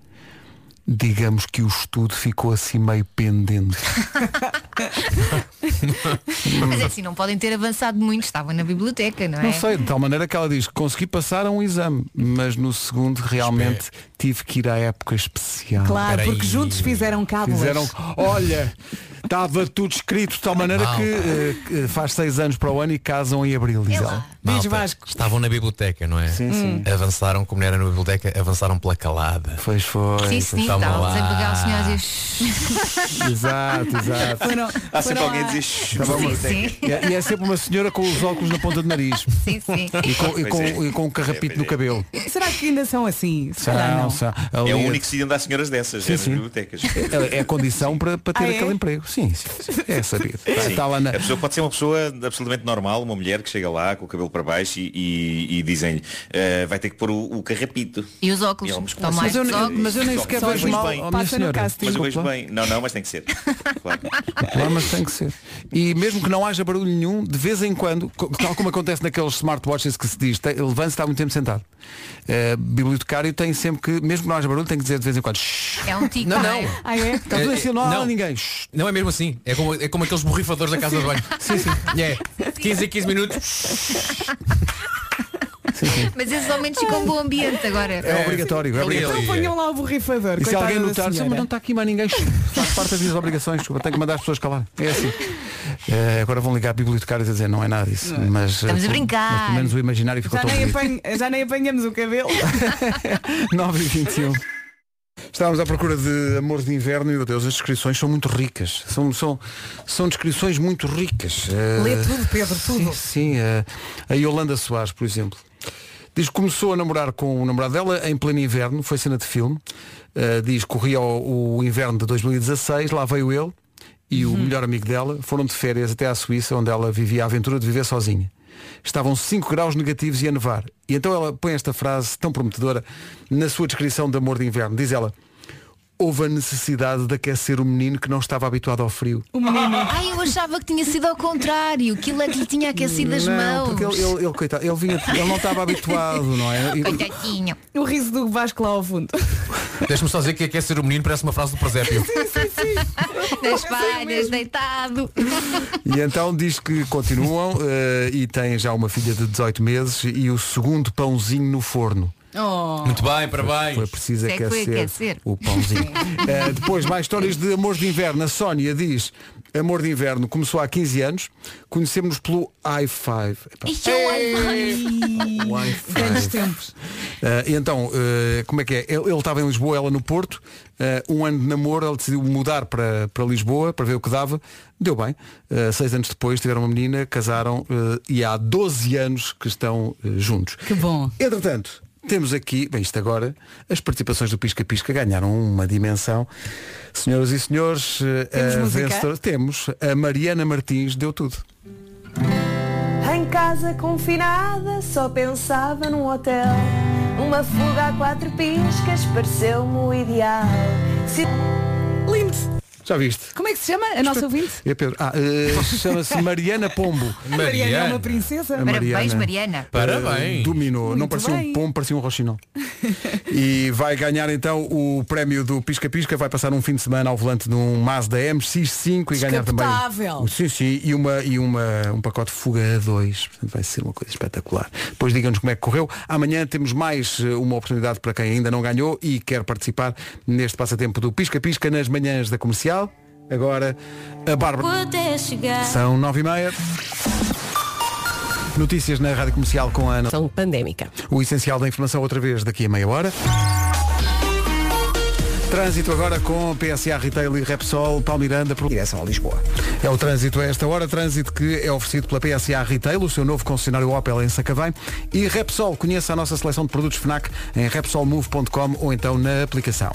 digamos que o estudo ficou assim meio pendente. Mas é assim, não podem ter avançado muito, estavam na biblioteca, não é? Não sei, de tal maneira que ela diz, consegui passar a um exame, mas no segundo realmente tive que ir à época especial. Claro, porque juntos fizeram cábulas. Fizeram, olha, estava tudo escrito de tal maneira que eh, que faz seis anos para o ano e casam em abril, diz ela. Malta, Estavam na biblioteca, não é? Sim, sim. Avançaram, como não era na biblioteca, avançaram pela calada. Pois foi. Sim, sim, Toma estávamos a lá. pegar o senhor a dizer. Exato, exato. Foram- Há sempre foram alguém a lá. dizer "Shh, Estava uma- sim, sim." E é- e é sempre uma senhora com os óculos na ponta do nariz. Sim, sim. E com, e Pois com, é. e com um carrapito no cabelo. Será que ainda são assim? Se calhar São, não. são. Ali É o único sítio onde há senhoras dessas, é nas bibliotecas. É, é a condição para, para ter Ah, é? aquele emprego. Sim, sim. sim. É sabido. Está, Sim. É está lá na. A pessoa pode ser uma pessoa absolutamente normal, uma mulher que chega lá com o cabelo para baixo e, e- e dizem-lhe "Eh, vai ter que pôr o, o carrapito. E os óculos. E ela, mas como Toma assim? mais Mas eu- óculos. mas eu nem Os sequer óculos, vejo mas mal, bem. ó, minha Passa no senhora. casting. Mas eu vejo oh, Desculpa. bem. Não, não, mas tem que ser. Claro. Lá, mas tem que ser. E mesmo que não haja barulho nenhum, de vez em quando, co- tal como acontece naqueles smartwatches que se diz, tem- levanta-se está há muito tempo sentado. Eh, bibliotecário tem sempre que, mesmo que não haja barulho, tem que dizer de vez em quando. "Shh". É um tico. Não, é? não. Ah, Está tudo assim, não há ninguém. Não é mesmo assim. É como, é como aqueles borrifadores da casa de banho. Sim, sim. É. 15 a 15 minutos. Mas esses ao menos ficam um bom ambiente agora. É obrigatório, é Então obrigatório. ponham lá o borrifador. E se coitada alguém da notar, "Sim, senhora." mas não está aqui mais ninguém, faz parte das minhas obrigações, desculpa, tenho que mandar as pessoas calar. É assim. Eh, agora vão ligar bibliotecários a dizer, não é nada isso. Mas, eh, Estamos a pelo- brincar. Mas pelo menos o imaginário ficou já, tão nem bonito. apanho- já nem apanhamos o cabelo. 9 e 21. Estávamos à procura de amor de inverno e, meu Deus, as descrições são muito ricas. São, são, são descrições muito ricas. Eh, Lê tudo, Pedro, tudo. Sim, sim. eh, a Yolanda Soares, por exemplo. Diz que começou a namorar com o namorado dela em pleno inverno, foi cena de filme. Eh, diz que corria o, o inverno de 2016, lá veio ele e o melhor amigo dela. Foram de férias até à Suíça, onde ela vivia a aventura de viver sozinha. Estavam 5 graus negativos e a nevar. E então ela põe esta frase tão prometedora na sua descrição de amor de inverno. Diz ela, houve a necessidade de aquecer o menino que não estava habituado ao frio. O Ai, eu achava que tinha sido ao contrário, que ele é que lhe tinha aquecido as não, mãos. Porque ele, ele, ele, coitado, ele, vinha, ele não estava habituado, não é? E- Coitadinho. O riso do Vasco lá ao fundo. Deixa-me só dizer que aquecer o menino parece uma frase do presépio. Das palhas, deitado. E então diz que continuam eh, e tem já uma filha de 18 meses e o segundo pãozinho no forno. Muito bem, parabéns. Foi preciso Sei é que foi aquecer, aquecer. o pãozinho. Eh, depois, mais histórias de amor de inverno. A Sónia diz, amor de inverno começou há 15 anos, conhecemos pelo i5. Epá, é i5. Grandes tempos. Eh, e então, eh, como é que é? Ele ele estava em Lisboa, ela no Porto. Eh, um ano de namoro, ele decidiu mudar para, para Lisboa para ver o que dava. Deu bem. Eh, seis anos depois tiveram uma menina, casaram eh, e há 12 anos que estão eh, juntos. Que bom. Entretanto, temos aqui, bem isto agora, as participações do Pisca Pisca ganharam uma dimensão. Senhoras e senhores, eh, Temos a música? vencedora- temos. A Mariana Martins deu tudo. Em casa confinada, só pensava num hotel. Uma fuga a quatro piscas pareceu-me o ideal. Se... Lindo! Já viste? Como é que se chama a nossa ouvinte? É Pedro. Ah, eh, chama-se Mariana Pombo. A Mariana é uma princesa. A eh, Dominou. Não Muito parecia bem. um pombo, parecia um roxinol. e vai ganhar então o prémio do Pisca Pisca. Vai passar um fim de semana ao volante de um Mazda MX-5 e ganhar também... Descapotável. Sim, sim. E, uma, e uma, um pacote Fuga A2. Portanto, vai ser uma coisa espetacular. Depois digam-nos como é que correu. Amanhã temos mais eh, uma oportunidade para quem ainda não ganhou e quer participar neste passatempo do Pisca Pisca nas manhãs da comercial. Agora, a Bárbara... Poder chegar. São nove e meia. Notícias na Rádio Comercial com a Ana. São pandémica. O essencial da informação outra vez daqui a meia hora. Trânsito agora com PSA Retail e Repsol, Palmiranda, por... direção a Lisboa. É o trânsito a esta hora, trânsito que é oferecido pela PSA Retail, o seu novo concessionário Opel em Sacavém. E Repsol, conheça a nossa seleção de produtos FNAC em repsolmove.com ou então na aplicação.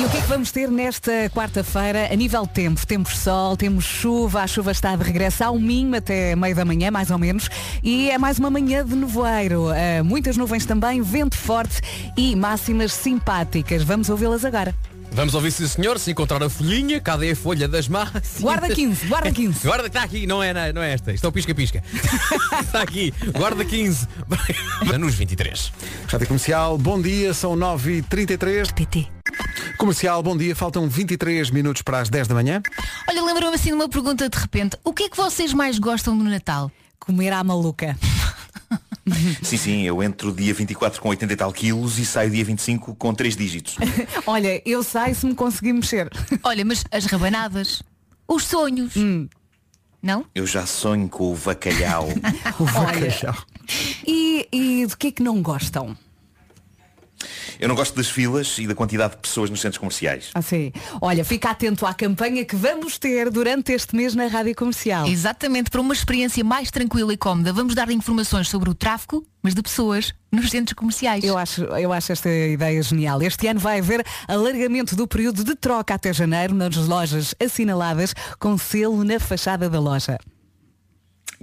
E o que é que vamos ter nesta quarta-feira a nível de tempo? Temos sol, temos chuva, a chuva está de regresso ao mínimo até meio da manhã, mais ou menos, e é mais uma manhã de nevoeiro. Ah, muitas nuvens também, vento forte e máximas simpáticas. Vamos ouvi-las agora. Vamos ouvir se senhor, se encontrar a folhinha, cadê a folha das máximas? Guarda 15, guarda 15. Guarda está aqui, não é, na- não é esta, isto é o pisca-pisca. está aqui, guarda 15. Nos 23. Rádio Comercial, bom dia, são 9h33. PT. Comercial, bom dia, faltam 23 minutos para as 10 da manhã. Olha, lembro-me assim de uma pergunta de repente. O que é que vocês mais gostam do Natal? Comer à maluca. Sim, sim, eu entro dia 24 com 80 e tal quilos e saio dia 25 com 3 dígitos. Olha, eu saio se me conseguir mexer. Olha, mas as rabanadas, os sonhos. Hum. Não? Eu já sonho com o bacalhau. O E, e do que é que não gostam? Eu não gosto das filas e da quantidade de pessoas nos centros comerciais. Ah, sim. Olha, fica atento à campanha que vamos ter durante este mês na Rádio Comercial. Exatamente, para uma experiência mais tranquila e cómoda, vamos dar informações sobre o tráfico, mas de pessoas, nos centros comerciais. Eu acho, eu acho esta ideia genial. Este ano vai haver alargamento do período de troca até janeiro nas lojas assinaladas com selo na fachada da loja.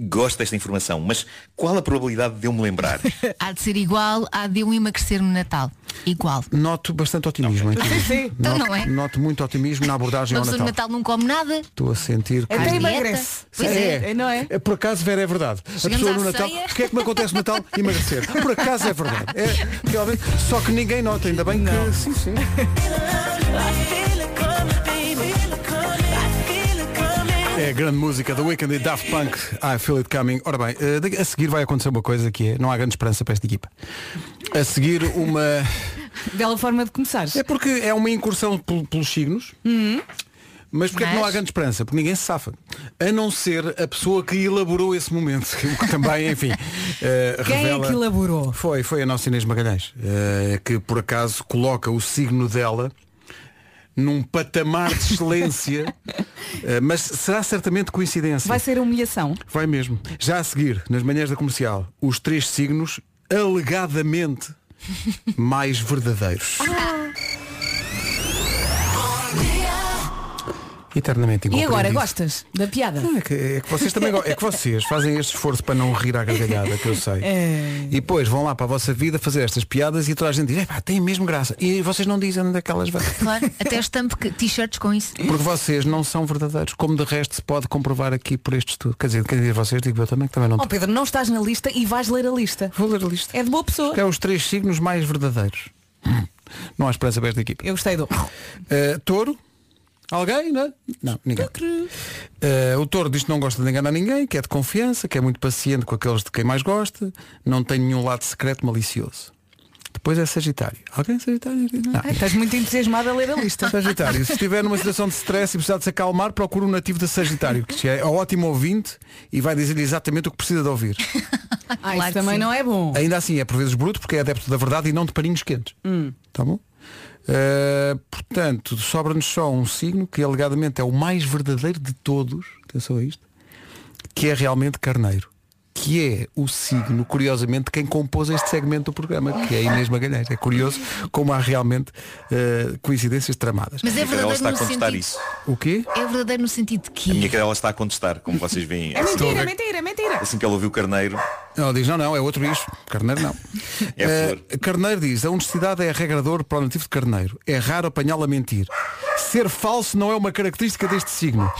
Gosto desta informação, mas qual a probabilidade de eu me lembrar? Há de ser igual, há de eu emagrecer no Natal. Igual. Noto bastante otimismo. em ti. Sim, sim. Então Noto, não é? noto muito otimismo na abordagem Uma ao pessoa no Natal. Natal não come nada. Estou a sentir que... Até Faz dieta. emagrece. Pois é. não é? Por acaso, Vera, é verdade. a Chegamos pessoa à no Natal, ceia. o que é que me acontece no Natal? Emagrecer. Por acaso é verdade. É, realmente, só que ninguém nota, ainda bem que... Sim, sim. É a grande música da Weekend e Daft Punk, I Feel It Coming. Ora bem, eh, daqui- a seguir vai acontecer uma coisa que é, não há grande esperança para esta equipa. A seguir uma... Bela forma de começar. É porque é uma incursão pel- pelos signos. Mas porque é que não há Uhum. Mas? grande esperança? Porque ninguém se safa. A não ser a pessoa que elaborou esse momento. que- Que também, enfim. eh, Quem é revela... que elaborou? Foi, foi a nossa Inês Magalhães, eh, que por acaso coloca o signo dela num patamar de excelência. Eh, mas será certamente coincidência. Vai ser humilhação. Vai mesmo. Já a seguir, nas manhãs da comercial, os três signos alegadamente mais verdadeiros. Eternamente E agora, incompreendidos. gostas da piada? É que, é que vocês também go- é que vocês fazem este esforço para não rir à gargalhada, que eu sei. É. E depois vão lá para a vossa vida fazer estas piadas e toda a gente diz, "Epá, tem mesmo graça. E vocês não dizem onde é que elas vão. Claro, até estampo que- t-shirts com isso. Porque vocês não são verdadeiros, como de resto se pode comprovar aqui por este estudo. Quer dizer, quer dizer vocês, digo eu também que também não Oh Pedro, não estás na lista e vais ler a lista. Vou ler a lista. É de boa pessoa. Que é os três signos mais verdadeiros. Hum. Não há esperança para esta equipa. Eu gostei do. touro? Alguém, não? é? Não, ninguém. Eh, o touro diz que não gosta de enganar ninguém, que é de confiança, que é muito paciente com aqueles de quem mais gosta, não tem nenhum lado secreto malicioso. Depois é Sagitário. Alguém é Sagitário? Não. É Ai, estás muito entusiasmado a ler a lista. Sagitário, se estiver numa situação de stress e precisar de se acalmar, procura um nativo de Sagitário, que é ótimo ouvinte e vai dizer-lhe exatamente o que precisa de ouvir. Ah, isso também não é bom. Ainda assim é por vezes bruto porque é adepto da verdade e não de paninhos quentes. Hum. Tá bom? Uh, portanto, sobra-nos só um signo que alegadamente é o mais verdadeiro de todos, atenção a isto, que é realmente carneiro. que é o signo, curiosamente, de quem compôs este segmento do programa, que é a Inês Magalhães. É curioso como há realmente eh, coincidências tramadas. Mas é Ela verdadeiro está a no contestar sentido. isso. O quê? É verdadeiro no sentido de A que. minha cadela está a contestar, como vocês veem. É mentira, mentira, mentira. Assim que ela ouviu o carneiro, Ela diz, não, não, é outro bicho. Carneiro não. É Eh, carneiro diz, a honestidade é regrador para o nativo de carneiro. É raro apanhá-lo a mentir. Ser falso não é uma característica deste signo.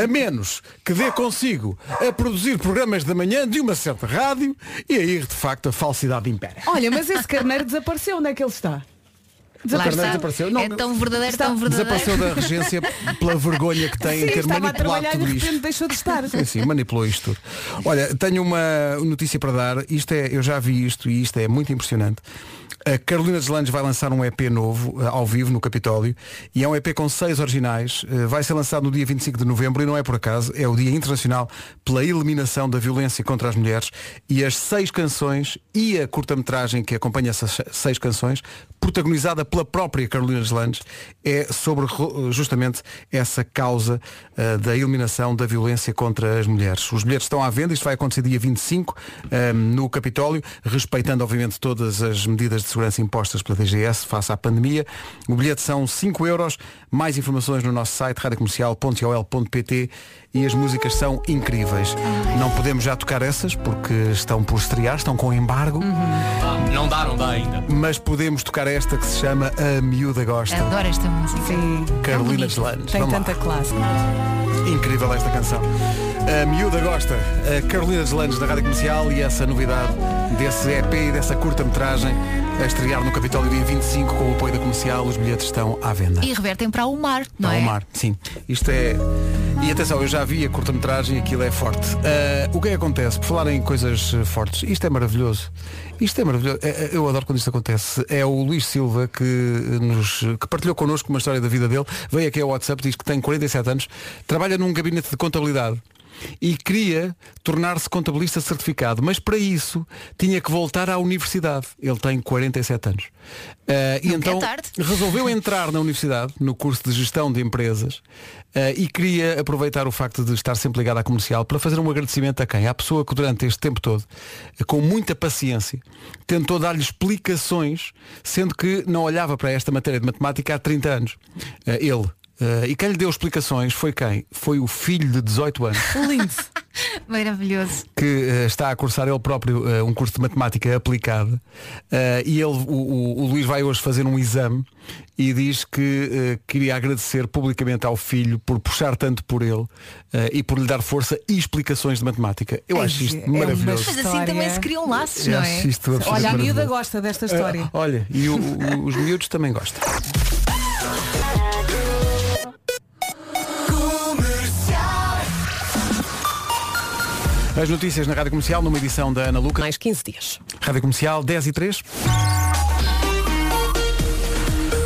A menos que dê consigo a produzir programas da manhã de uma certa rádio e aí, de facto, a falsidade impera. Olha, mas esse carneiro desapareceu. Onde é que ele está? Lá Desapareceu. está. Desapareceu. Não, é tão verdadeiro, Está- tão verdadeiro. Desapareceu da regência pela vergonha que tem em Sim, ter estava a manipulado trabalhar e tudo de isto. repente deixou de estar. Sim, sim, manipulou isto tudo. Olha, tenho uma notícia para dar. Isto é, eu já vi isto e isto é muito impressionante. A Carolina Deslandes vai lançar um EP novo, eh, ao vivo, no Capitólio, e é um EP com seis originais. Eh, Vai ser lançado no dia 25 de novembro e não é por acaso, é o Dia Internacional pela Eliminação da Violência contra as Mulheres. E as seis canções e a curta-metragem que acompanha essas seis canções, protagonizada pela própria Carolina Deslandes, é sobre ro- justamente essa causa eh, da eliminação da violência contra as mulheres. Os bilhetes estão à venda, isto vai acontecer dia 25 eh, no Capitólio, respeitando obviamente todas as medidas de segurança impostas pela DGS face à pandemia. O bilhete são 5 euros, mais informações no nosso site radiocomercial.ol.pt e as músicas são incríveis. Não podemos já tocar essas porque estão por estrear, estão com embargo, Uhum. Não dá, não dá ainda. mas podemos tocar esta que se chama A Miúda É Gosta. Adoro esta música. é Carolina Deslandes. Tem Vamos lá. tanta classe. Incrível esta canção. A miúda gosta, a Carolina Deslandes da Rádio Comercial e essa novidade desse EP e dessa curta-metragem a estrear no Capitólio dia 25 com o apoio da comercial. Os bilhetes estão à venda. E revertem para o mar, não Ao é? mar, sim. Isto é. E atenção, eu já vi a curta-metragem e aquilo é forte. Ah, o que é que acontece? Por falar em coisas eh, fortes, isto é maravilhoso. Isto é maravilhoso. É, é, Eu adoro quando isto acontece. É o Luís Silva que, ah, nos, que partilhou connosco uma história da vida dele. Veio aqui ao WhatsApp, diz que tem 47 anos, trabalha num gabinete de contabilidade e queria tornar-se contabilista certificado, mas para isso tinha que voltar à universidade. Ele tem 47 anos. Ah, e então tarde. resolveu entrar na universidade, no curso de gestão de empresas, eh, e queria aproveitar o facto de estar sempre ligado à comercial para fazer um agradecimento a quem? À pessoa que durante este tempo todo, eh, com muita paciência, tentou dar-lhe explicações, sendo que não olhava para esta matéria de matemática há 30 anos. Eh, ele. Eh, e quem lhe deu explicações foi quem? Foi o filho de 18 anos Lindo. Maravilhoso. que eh, está a cursar ele próprio eh, um curso de matemática aplicada Eh, e ele, o, o- o Luís vai hoje fazer um exame e diz que eh, queria agradecer publicamente ao filho por puxar tanto por ele eh, e por lhe dar força e explicações de matemática. Eu acho isto É uma maravilhoso. Mas assim também História. se criam laços, Eu não é? acho isto absolutamente Olha, a miúda maravilhoso. gosta desta história. Ah, olha, e o- o- os miúdos também gostam. As notícias na Rádio Comercial, numa edição da Ana Luca. Mais 15 dias. Rádio Comercial 10 e 3.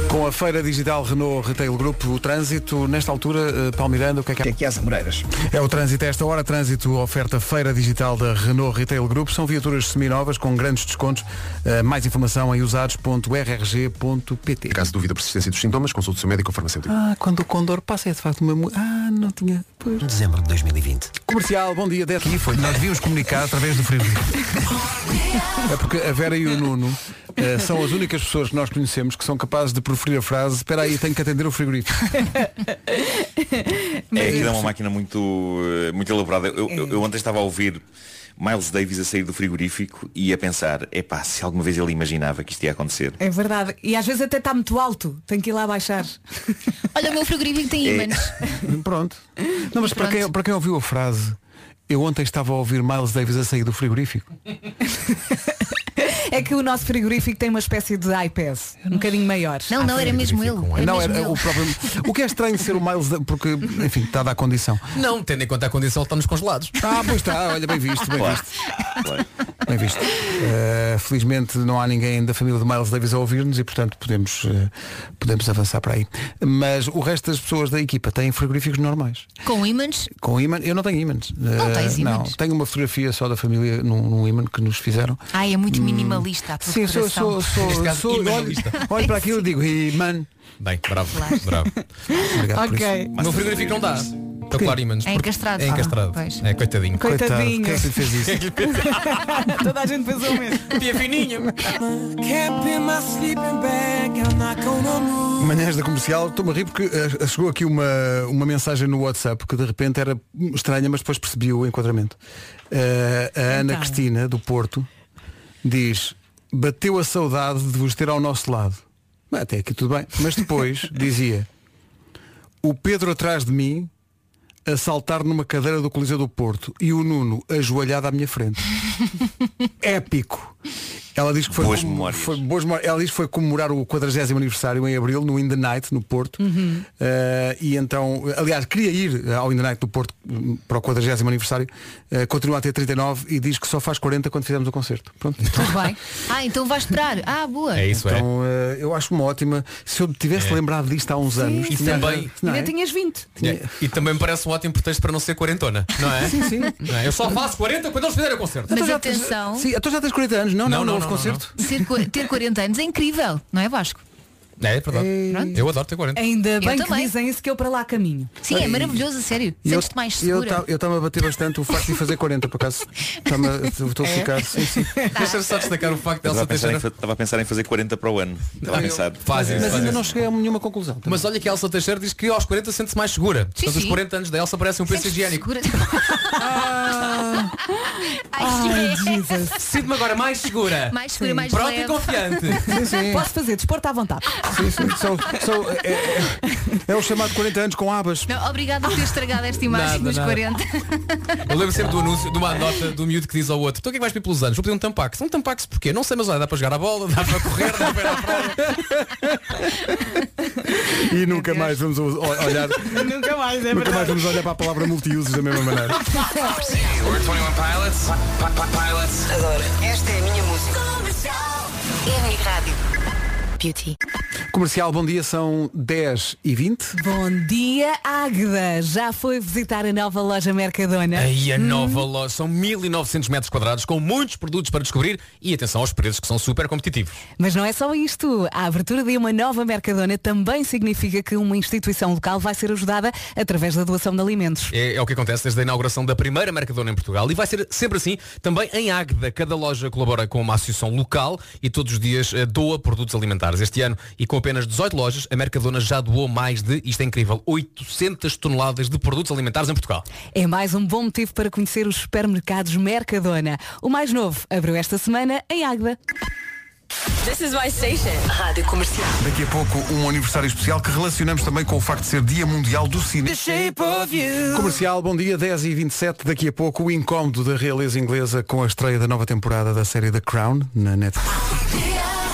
Com a feira digital Renault Retail Group, o trânsito, nesta altura, eh, Paulo Miranda, o que é que Aqui às Amoreiras. é o trânsito a esta hora, trânsito oferta feira digital da Renault Retail Group. São viaturas seminovas com grandes descontos. Eh, mais informação em usados.rrg.pt. Caso de dúvida persistência dos sintomas, consulte o seu médico ou farmacêutico. Ah, quando o Condor passa é de facto uma... mu- Ah, não tinha... Pois. Dezembro de 2020. Comercial, bom dia, Dete. foi. Nós devíamos comunicar através do frigorífico. É porque a Vera e o Nuno eh, são as únicas pessoas que nós conhecemos que são capazes de proferir a frase espera aí, tenho que atender o frigorífico. é aquilo é uma máquina muito, eh, muito elaborada. Eu, eu- eu ontem estava a ouvir Miles Davis a sair do frigorífico e a pensar, epá, se alguma vez ele imaginava que isto ia acontecer. É verdade. E às vezes até está muito alto. Tem que ir lá baixar. Olha, o meu frigorífico tem É. ímãs. Pronto. Não, mas para Pronto. quem, para quem ouviu a frase, eu ontem estava a ouvir Miles Davis a sair do frigorífico. É que o nosso frigorífico tem uma espécie de iPad. Um bocadinho maior. Não, não, era É mesmo ele. Era não, mesmo era ele. o próprio. O que é estranho ser o Miles Davis, porque, enfim, está a dar condição. Não, tendo em conta a condição, ele está nos congelados. Ah, pois está, olha, bem visto, bem Claro. visto. Bem visto. Eh, felizmente não há ninguém da família de Miles Davis a ouvir-nos e, portanto, podemos, eh, podemos avançar para aí. Mas o resto das pessoas da equipa têm frigoríficos normais. Com ímãs, Com ímã, eu não tenho ímãs. Não Eh, tens ímãs? Não, tenho uma fotografia só da família num, num ímã que nos fizeram. ai, é muito minimalista a tua Sim, sou, decoração. sou, sou, Neste caso, sou- olho, imanalista. olho para aquilo e digo, imã. Bem, bravo, Claro. bravo. Obrigado por Ok. isso. O meu frigorífico não dá. Tá Para colar ímãs. É encastrado. É encastrado. Ah, pois. É, coitadinho. Coitadinho. Quem é que lhe fez isso? Toda a gente fez o mesmo. Pia fininha. Manhãs da comercial, estou-me a rir porque eh, chegou aqui uma, uma mensagem no WhatsApp que de repente era estranha, mas depois percebi o enquadramento. Eh, a Ana Então. Cristina, do Porto, diz: Bateu a saudade de vos ter ao nosso lado. Bem, Até aqui tudo bem. Mas depois dizia: O Pedro atrás de mim a saltar numa cadeira do Coliseu do Porto e o Nuno ajoelhado à minha frente. Épico. Ela diz que foi Boas como- memórias. foi boas memórias. Ela diz que foi comemorar o 40 aniversário em abril no In the Night no Porto. Eh, e então, aliás, queria ir eh, ao In the Night do Porto hum, para o 40 aniversário. Eh, continua a ter 39 e diz que só faz 40 quando fizermos o concerto. Pronto. Tudo bem. Ah, então vai esperar. Ah, boa. É Então, eh, eu acho uma ótima. Se eu tivesse lembrado disto há uns anos, E tinha- também- não é? Ainda tinhas 20. É, E também me parece um ótimo pretexto para não ser quarentona, não é? Sim, sim. Não é? Eu só faço 40 quando eles fizerem o concerto. Mas Então já tens- atenção, Sim, então já tens 40 anos, não, não, não, houve concerto. ser co- ter 40 anos é incrível, não é Vasco? É, é verdade. Eu adoro ter 40. Ainda Eu bem que também. dizem isso que eu para lá caminho. Sim, é maravilhoso, a sério. E Sentes-te mais eu segura. ta- Eu estava a bater bastante o facto de fazer 40, por acaso. Tá-me a- Estou a É? ficar. Sim, sim. Deixa-me só destacar o facto Eu dela Estava a, pensar em, Teixeira. fa- estava a pensar em fazer 40 para o ano. Estava a pensar. Fazem, Mas fazem. ainda não cheguei a nenhuma conclusão. Mas olha que a Elsa Teixeira diz que aos 40 sente-se mais segura. Sim, Portanto, os sim. 40 anos da Elsa parecem um penso higiênico. Segura. Ai, Ai, que é. Jesus. Sinto-me agora mais segura. Mais segura, mais Pronta leve. e confiante. Sim, sim. Posso fazer desporto à vontade. Sim, sim. São- são- é, é- é o chamado 40 anos com abas. Não, obrigada por ter estragado esta Nada, imagem dos nada. 40. Eu lembro sempre do anúncio, de uma nota do miúdo que diz ao outro, então o que é que vais pedir pelos anos? Vou pedir um tampax. Um tampax porquê? Não sei, mas olha, dá para jogar a bola, dá para correr, dá para ir à praia. E nunca mais vamos o- o- olhar. Nunca mais, é Nunca mais vamos olhar para a palavra multiusos da mesma maneira. Adoro. Esta é a minha música. É a minha rádio. Beauty. Comercial, bom dia, são 10 e 20. Bom dia, Águeda. Já foi visitar a nova loja Mercadona? Aí a nova loja são 1900 metros quadrados com muitos produtos para descobrir e atenção aos preços que são super competitivos. Mas não é só isto. A abertura de uma nova Mercadona também significa que uma instituição local vai ser ajudada através da doação de alimentos. É, é o que acontece desde a inauguração da primeira Mercadona em Portugal e vai ser sempre assim também em Águeda. Cada loja colabora com uma associação local e todos os dias eh, doa produtos alimentares. Este ano, e com apenas 18 lojas, a Mercadona já doou mais de, isto é incrível, 800 toneladas de produtos alimentares em Portugal. É mais um bom motivo para conhecer os supermercados Mercadona. O mais novo abriu esta semana em Águeda. This is my station. Rádio Comercial. Daqui a pouco um aniversário especial que relacionamos também com o facto de ser Dia Mundial do Cinema. Comercial, bom dia, 10 e 27 Daqui a pouco o incómodo da realeza inglesa com a estreia da nova temporada da série The Crown na Netflix.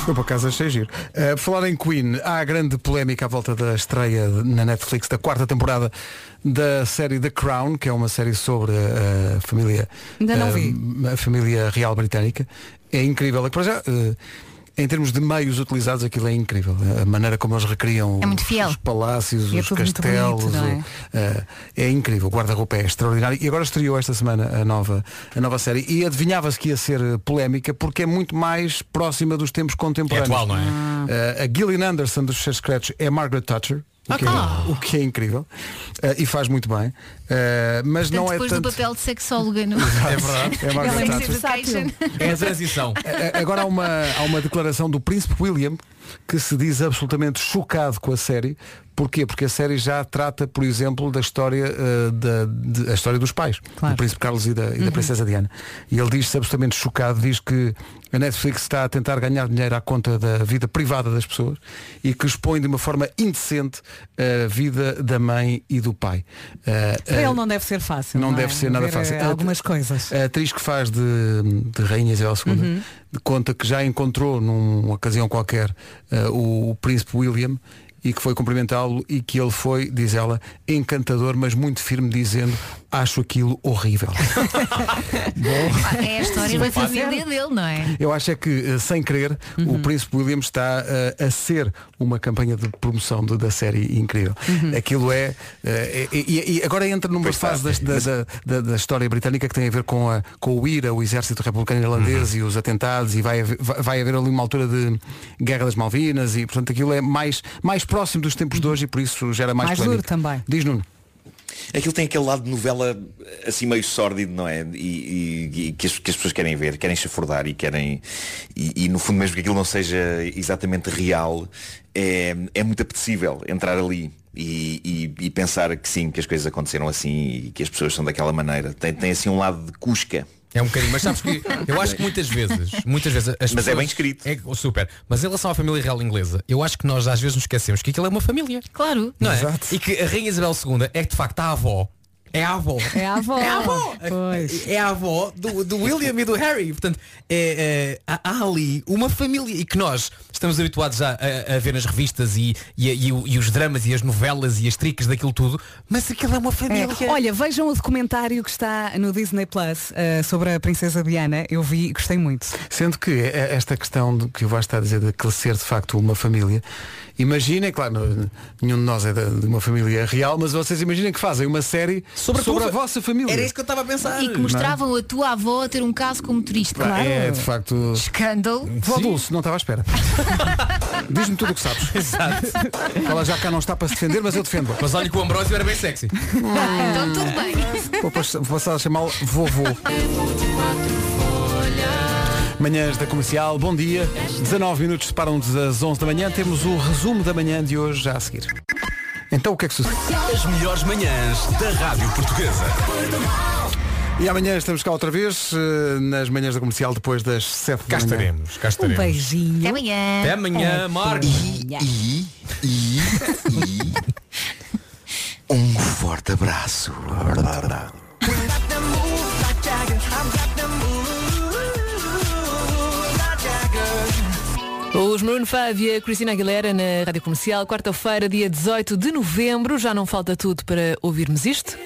Eu por acaso achei giro. Eh, por falar em Queen, há grande polémica à volta da estreia de- na Netflix da quarta temporada da série The Crown, que é uma série sobre eh, a família Ainda não eh, vi. a família real britânica. É incrível. É que, para já, eh, em termos de meios utilizados, aquilo é incrível. A maneira como eles recriam É muito fiel. os palácios, E é os tudo muito castelos. bonito, não é? o- eh, é incrível. O guarda-roupa é extraordinário. E agora estreou esta semana a nova, a nova série. E adivinhava-se que ia ser eh, polémica porque é muito mais próxima dos tempos contemporâneos. É atual, não é? Eh, a Gillian Anderson dos Seus Secretos é Margaret Thatcher. O que, Ah. é, o que é incrível Eh, e faz muito bem Eh, mas Portanto, não é depois tanto do papel de sexóloga no É verdade. É Margaret Ela Thatcher. Education. É a transição. A- a- É, Agora há uma, há uma declaração do Príncipe William que se diz absolutamente chocado com a série. Porquê? Porque a série já trata, por exemplo, da história, eh, da, de- a história dos pais, do Príncipe Carlos e da, e da Princesa Diana. E ele diz-se absolutamente chocado, diz que a Netflix está a tentar ganhar dinheiro à conta da vida privada das pessoas e que expõe de uma forma indecente a vida da mãe e do pai. Eh, Para eh, ele não deve ser fácil. não é? deve ser nada Ver, fácil. eh, Algumas coisas. A atriz que faz de, de Rainha Isabel II Uhum. de conta que já encontrou numa ocasião qualquer eh, o, o príncipe William e que foi cumprimentá-lo e que ele foi, diz ela, encantador, mas muito firme, dizendo acho aquilo horrível. Bom, É a história da família dele, não é? eu acho é que, eh, sem querer, o príncipe William está eh, a ser uma campanha de promoção de- da série incrível. Aquilo é, eh, e- e, e agora entra numa fase das- da, da- da- da história britânica que tem a ver com, a- com o IRA, o exército republicano irlandês e os atentados e vai haver, vai- vai haver ali uma altura de guerra das Malvinas e portanto aquilo é mais, mais próximo dos tempos de hoje e por isso gera mais, Mais polémica. duro também. Diz Nuno. É Aquilo tem aquele lado de novela assim meio sórdido, não é? E, e- e que, as, que as pessoas querem ver, querem chafurdar e querem. E, e, no fundo, mesmo que aquilo não seja exatamente real, é, é muito apetecível entrar ali. E, e- e pensar que sim, que as coisas aconteceram assim e que as pessoas são daquela maneira. Tem, tem assim um lado de cusca. É um bocadinho, mas sabes que eu acho que muitas vezes, muitas vezes as Mas é bem escrito. É super. Mas em relação à família real inglesa, eu acho que nós às vezes nos esquecemos que aquilo é uma família. Claro. Não é? E que a Rainha Isabel II é de facto a avó. É a avó. É a avó. É a avó. Oh, É a avó do, do William e do Harry. Portanto, é, é, há há ali uma família e que nós estamos habituados já a, a ver nas revistas e, e, e o- e os dramas e as novelas e as tricas daquilo tudo. Mas aquilo é uma família. É. Olha, vejam o documentário que está no Disney Plus eh, sobre a Princesa Diana. Eu vi e gostei muito. Sendo que eh, esta questão de, que o Vasco está a dizer de crescer de facto uma família, imaginem, claro, n- nenhum de nós é de de uma família real, mas vocês imaginem que fazem uma série sobre, a vossa família. estava a pensar. E que mostravam a tua avó a ter um caso com um motorista. Pá, É de facto. Escândalo. Vó Dulce, não estava à espera. Diz-me tudo o que sabes. Exato. Ela já cá não está para se defender, mas eu defendo. Mas olha que o Ambrósio era bem sexy. Ah, então tudo bem. Vou pas- vou passar a chamá-lo vovô. Manhãs da Comercial, bom dia. 19 minutos separam-nos das 11 da manhã. Temos o resumo da manhã de hoje já a seguir. Então o que é que sucede? As melhores manhãs da Rádio Portuguesa. E amanhã estamos cá outra vez, eh, nas manhãs da comercial, depois das 7 da Cá manhã. estaremos, cá Um beijinho. Até amanhã. Até amanhã, Marcos. E, e, e um forte abraço. Os Maroon 5 e a Cristina Aguilera É, na Rádio Comercial, quarta-feira, dia 18 de novembro. Já não falta tudo para ouvirmos isto.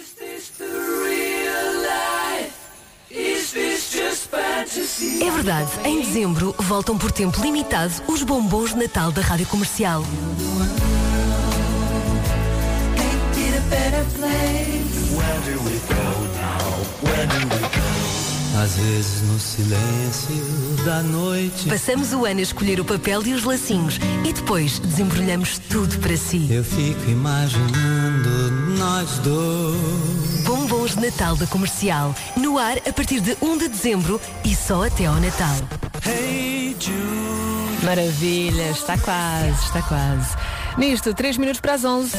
É verdade, em dezembro voltam por tempo limitado os bombons de Natal da Rádio Comercial. Às vezes no silêncio da noite Passamos o ano a escolher o papel e os lacinhos e depois desembrulhamos tudo para si. eu fico imaginando nós dois. Bombons de Natal da Comercial, no ar a partir de 1 de dezembro e só até ao Natal. Maravilha, está quase, está quase. Nisto, 3 minutos para as 11.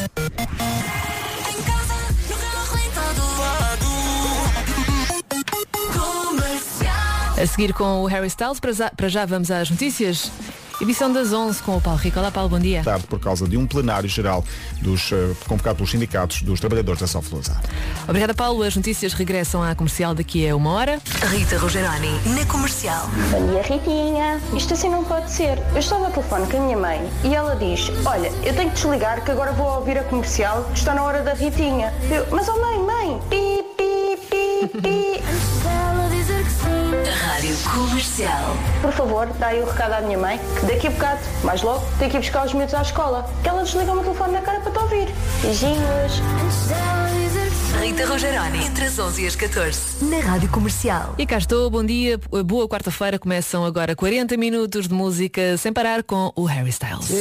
A seguir com o Harry Styles, para za- para já vamos às notícias. Edição das 11 com o Paulo Rico. Olá, Paulo, bom dia. Tarde por causa de um plenário geral dos, eh, convocado pelos sindicatos dos trabalhadores da Soflusa. Obrigada, Paulo. As notícias regressam à comercial daqui a uma hora. Rita Rogeroni, na Comercial. Bom dia, Ritinha. Isto assim não pode ser. Eu estava ao telefone com a minha mãe e ela diz: Olha, eu tenho que desligar que agora vou ouvir a comercial, que está na hora da Ritinha. Eu, Mas, oh mãe, mãe, pi, pi, pi, pi. Rádio Comercial. Por favor, dá aí o recado à minha mãe, que daqui a bocado, mais logo, tenho que ir buscar os miúdos à escola. Que ela desliga o meu telefone na cara para te ouvir. Beijinhos. Rita Rogeroni, entre as 11 e as 14, na Rádio Comercial. E cá estou, bom dia, boa quarta-feira. Começam agora 40 minutos de música sem parar com o Harry Styles.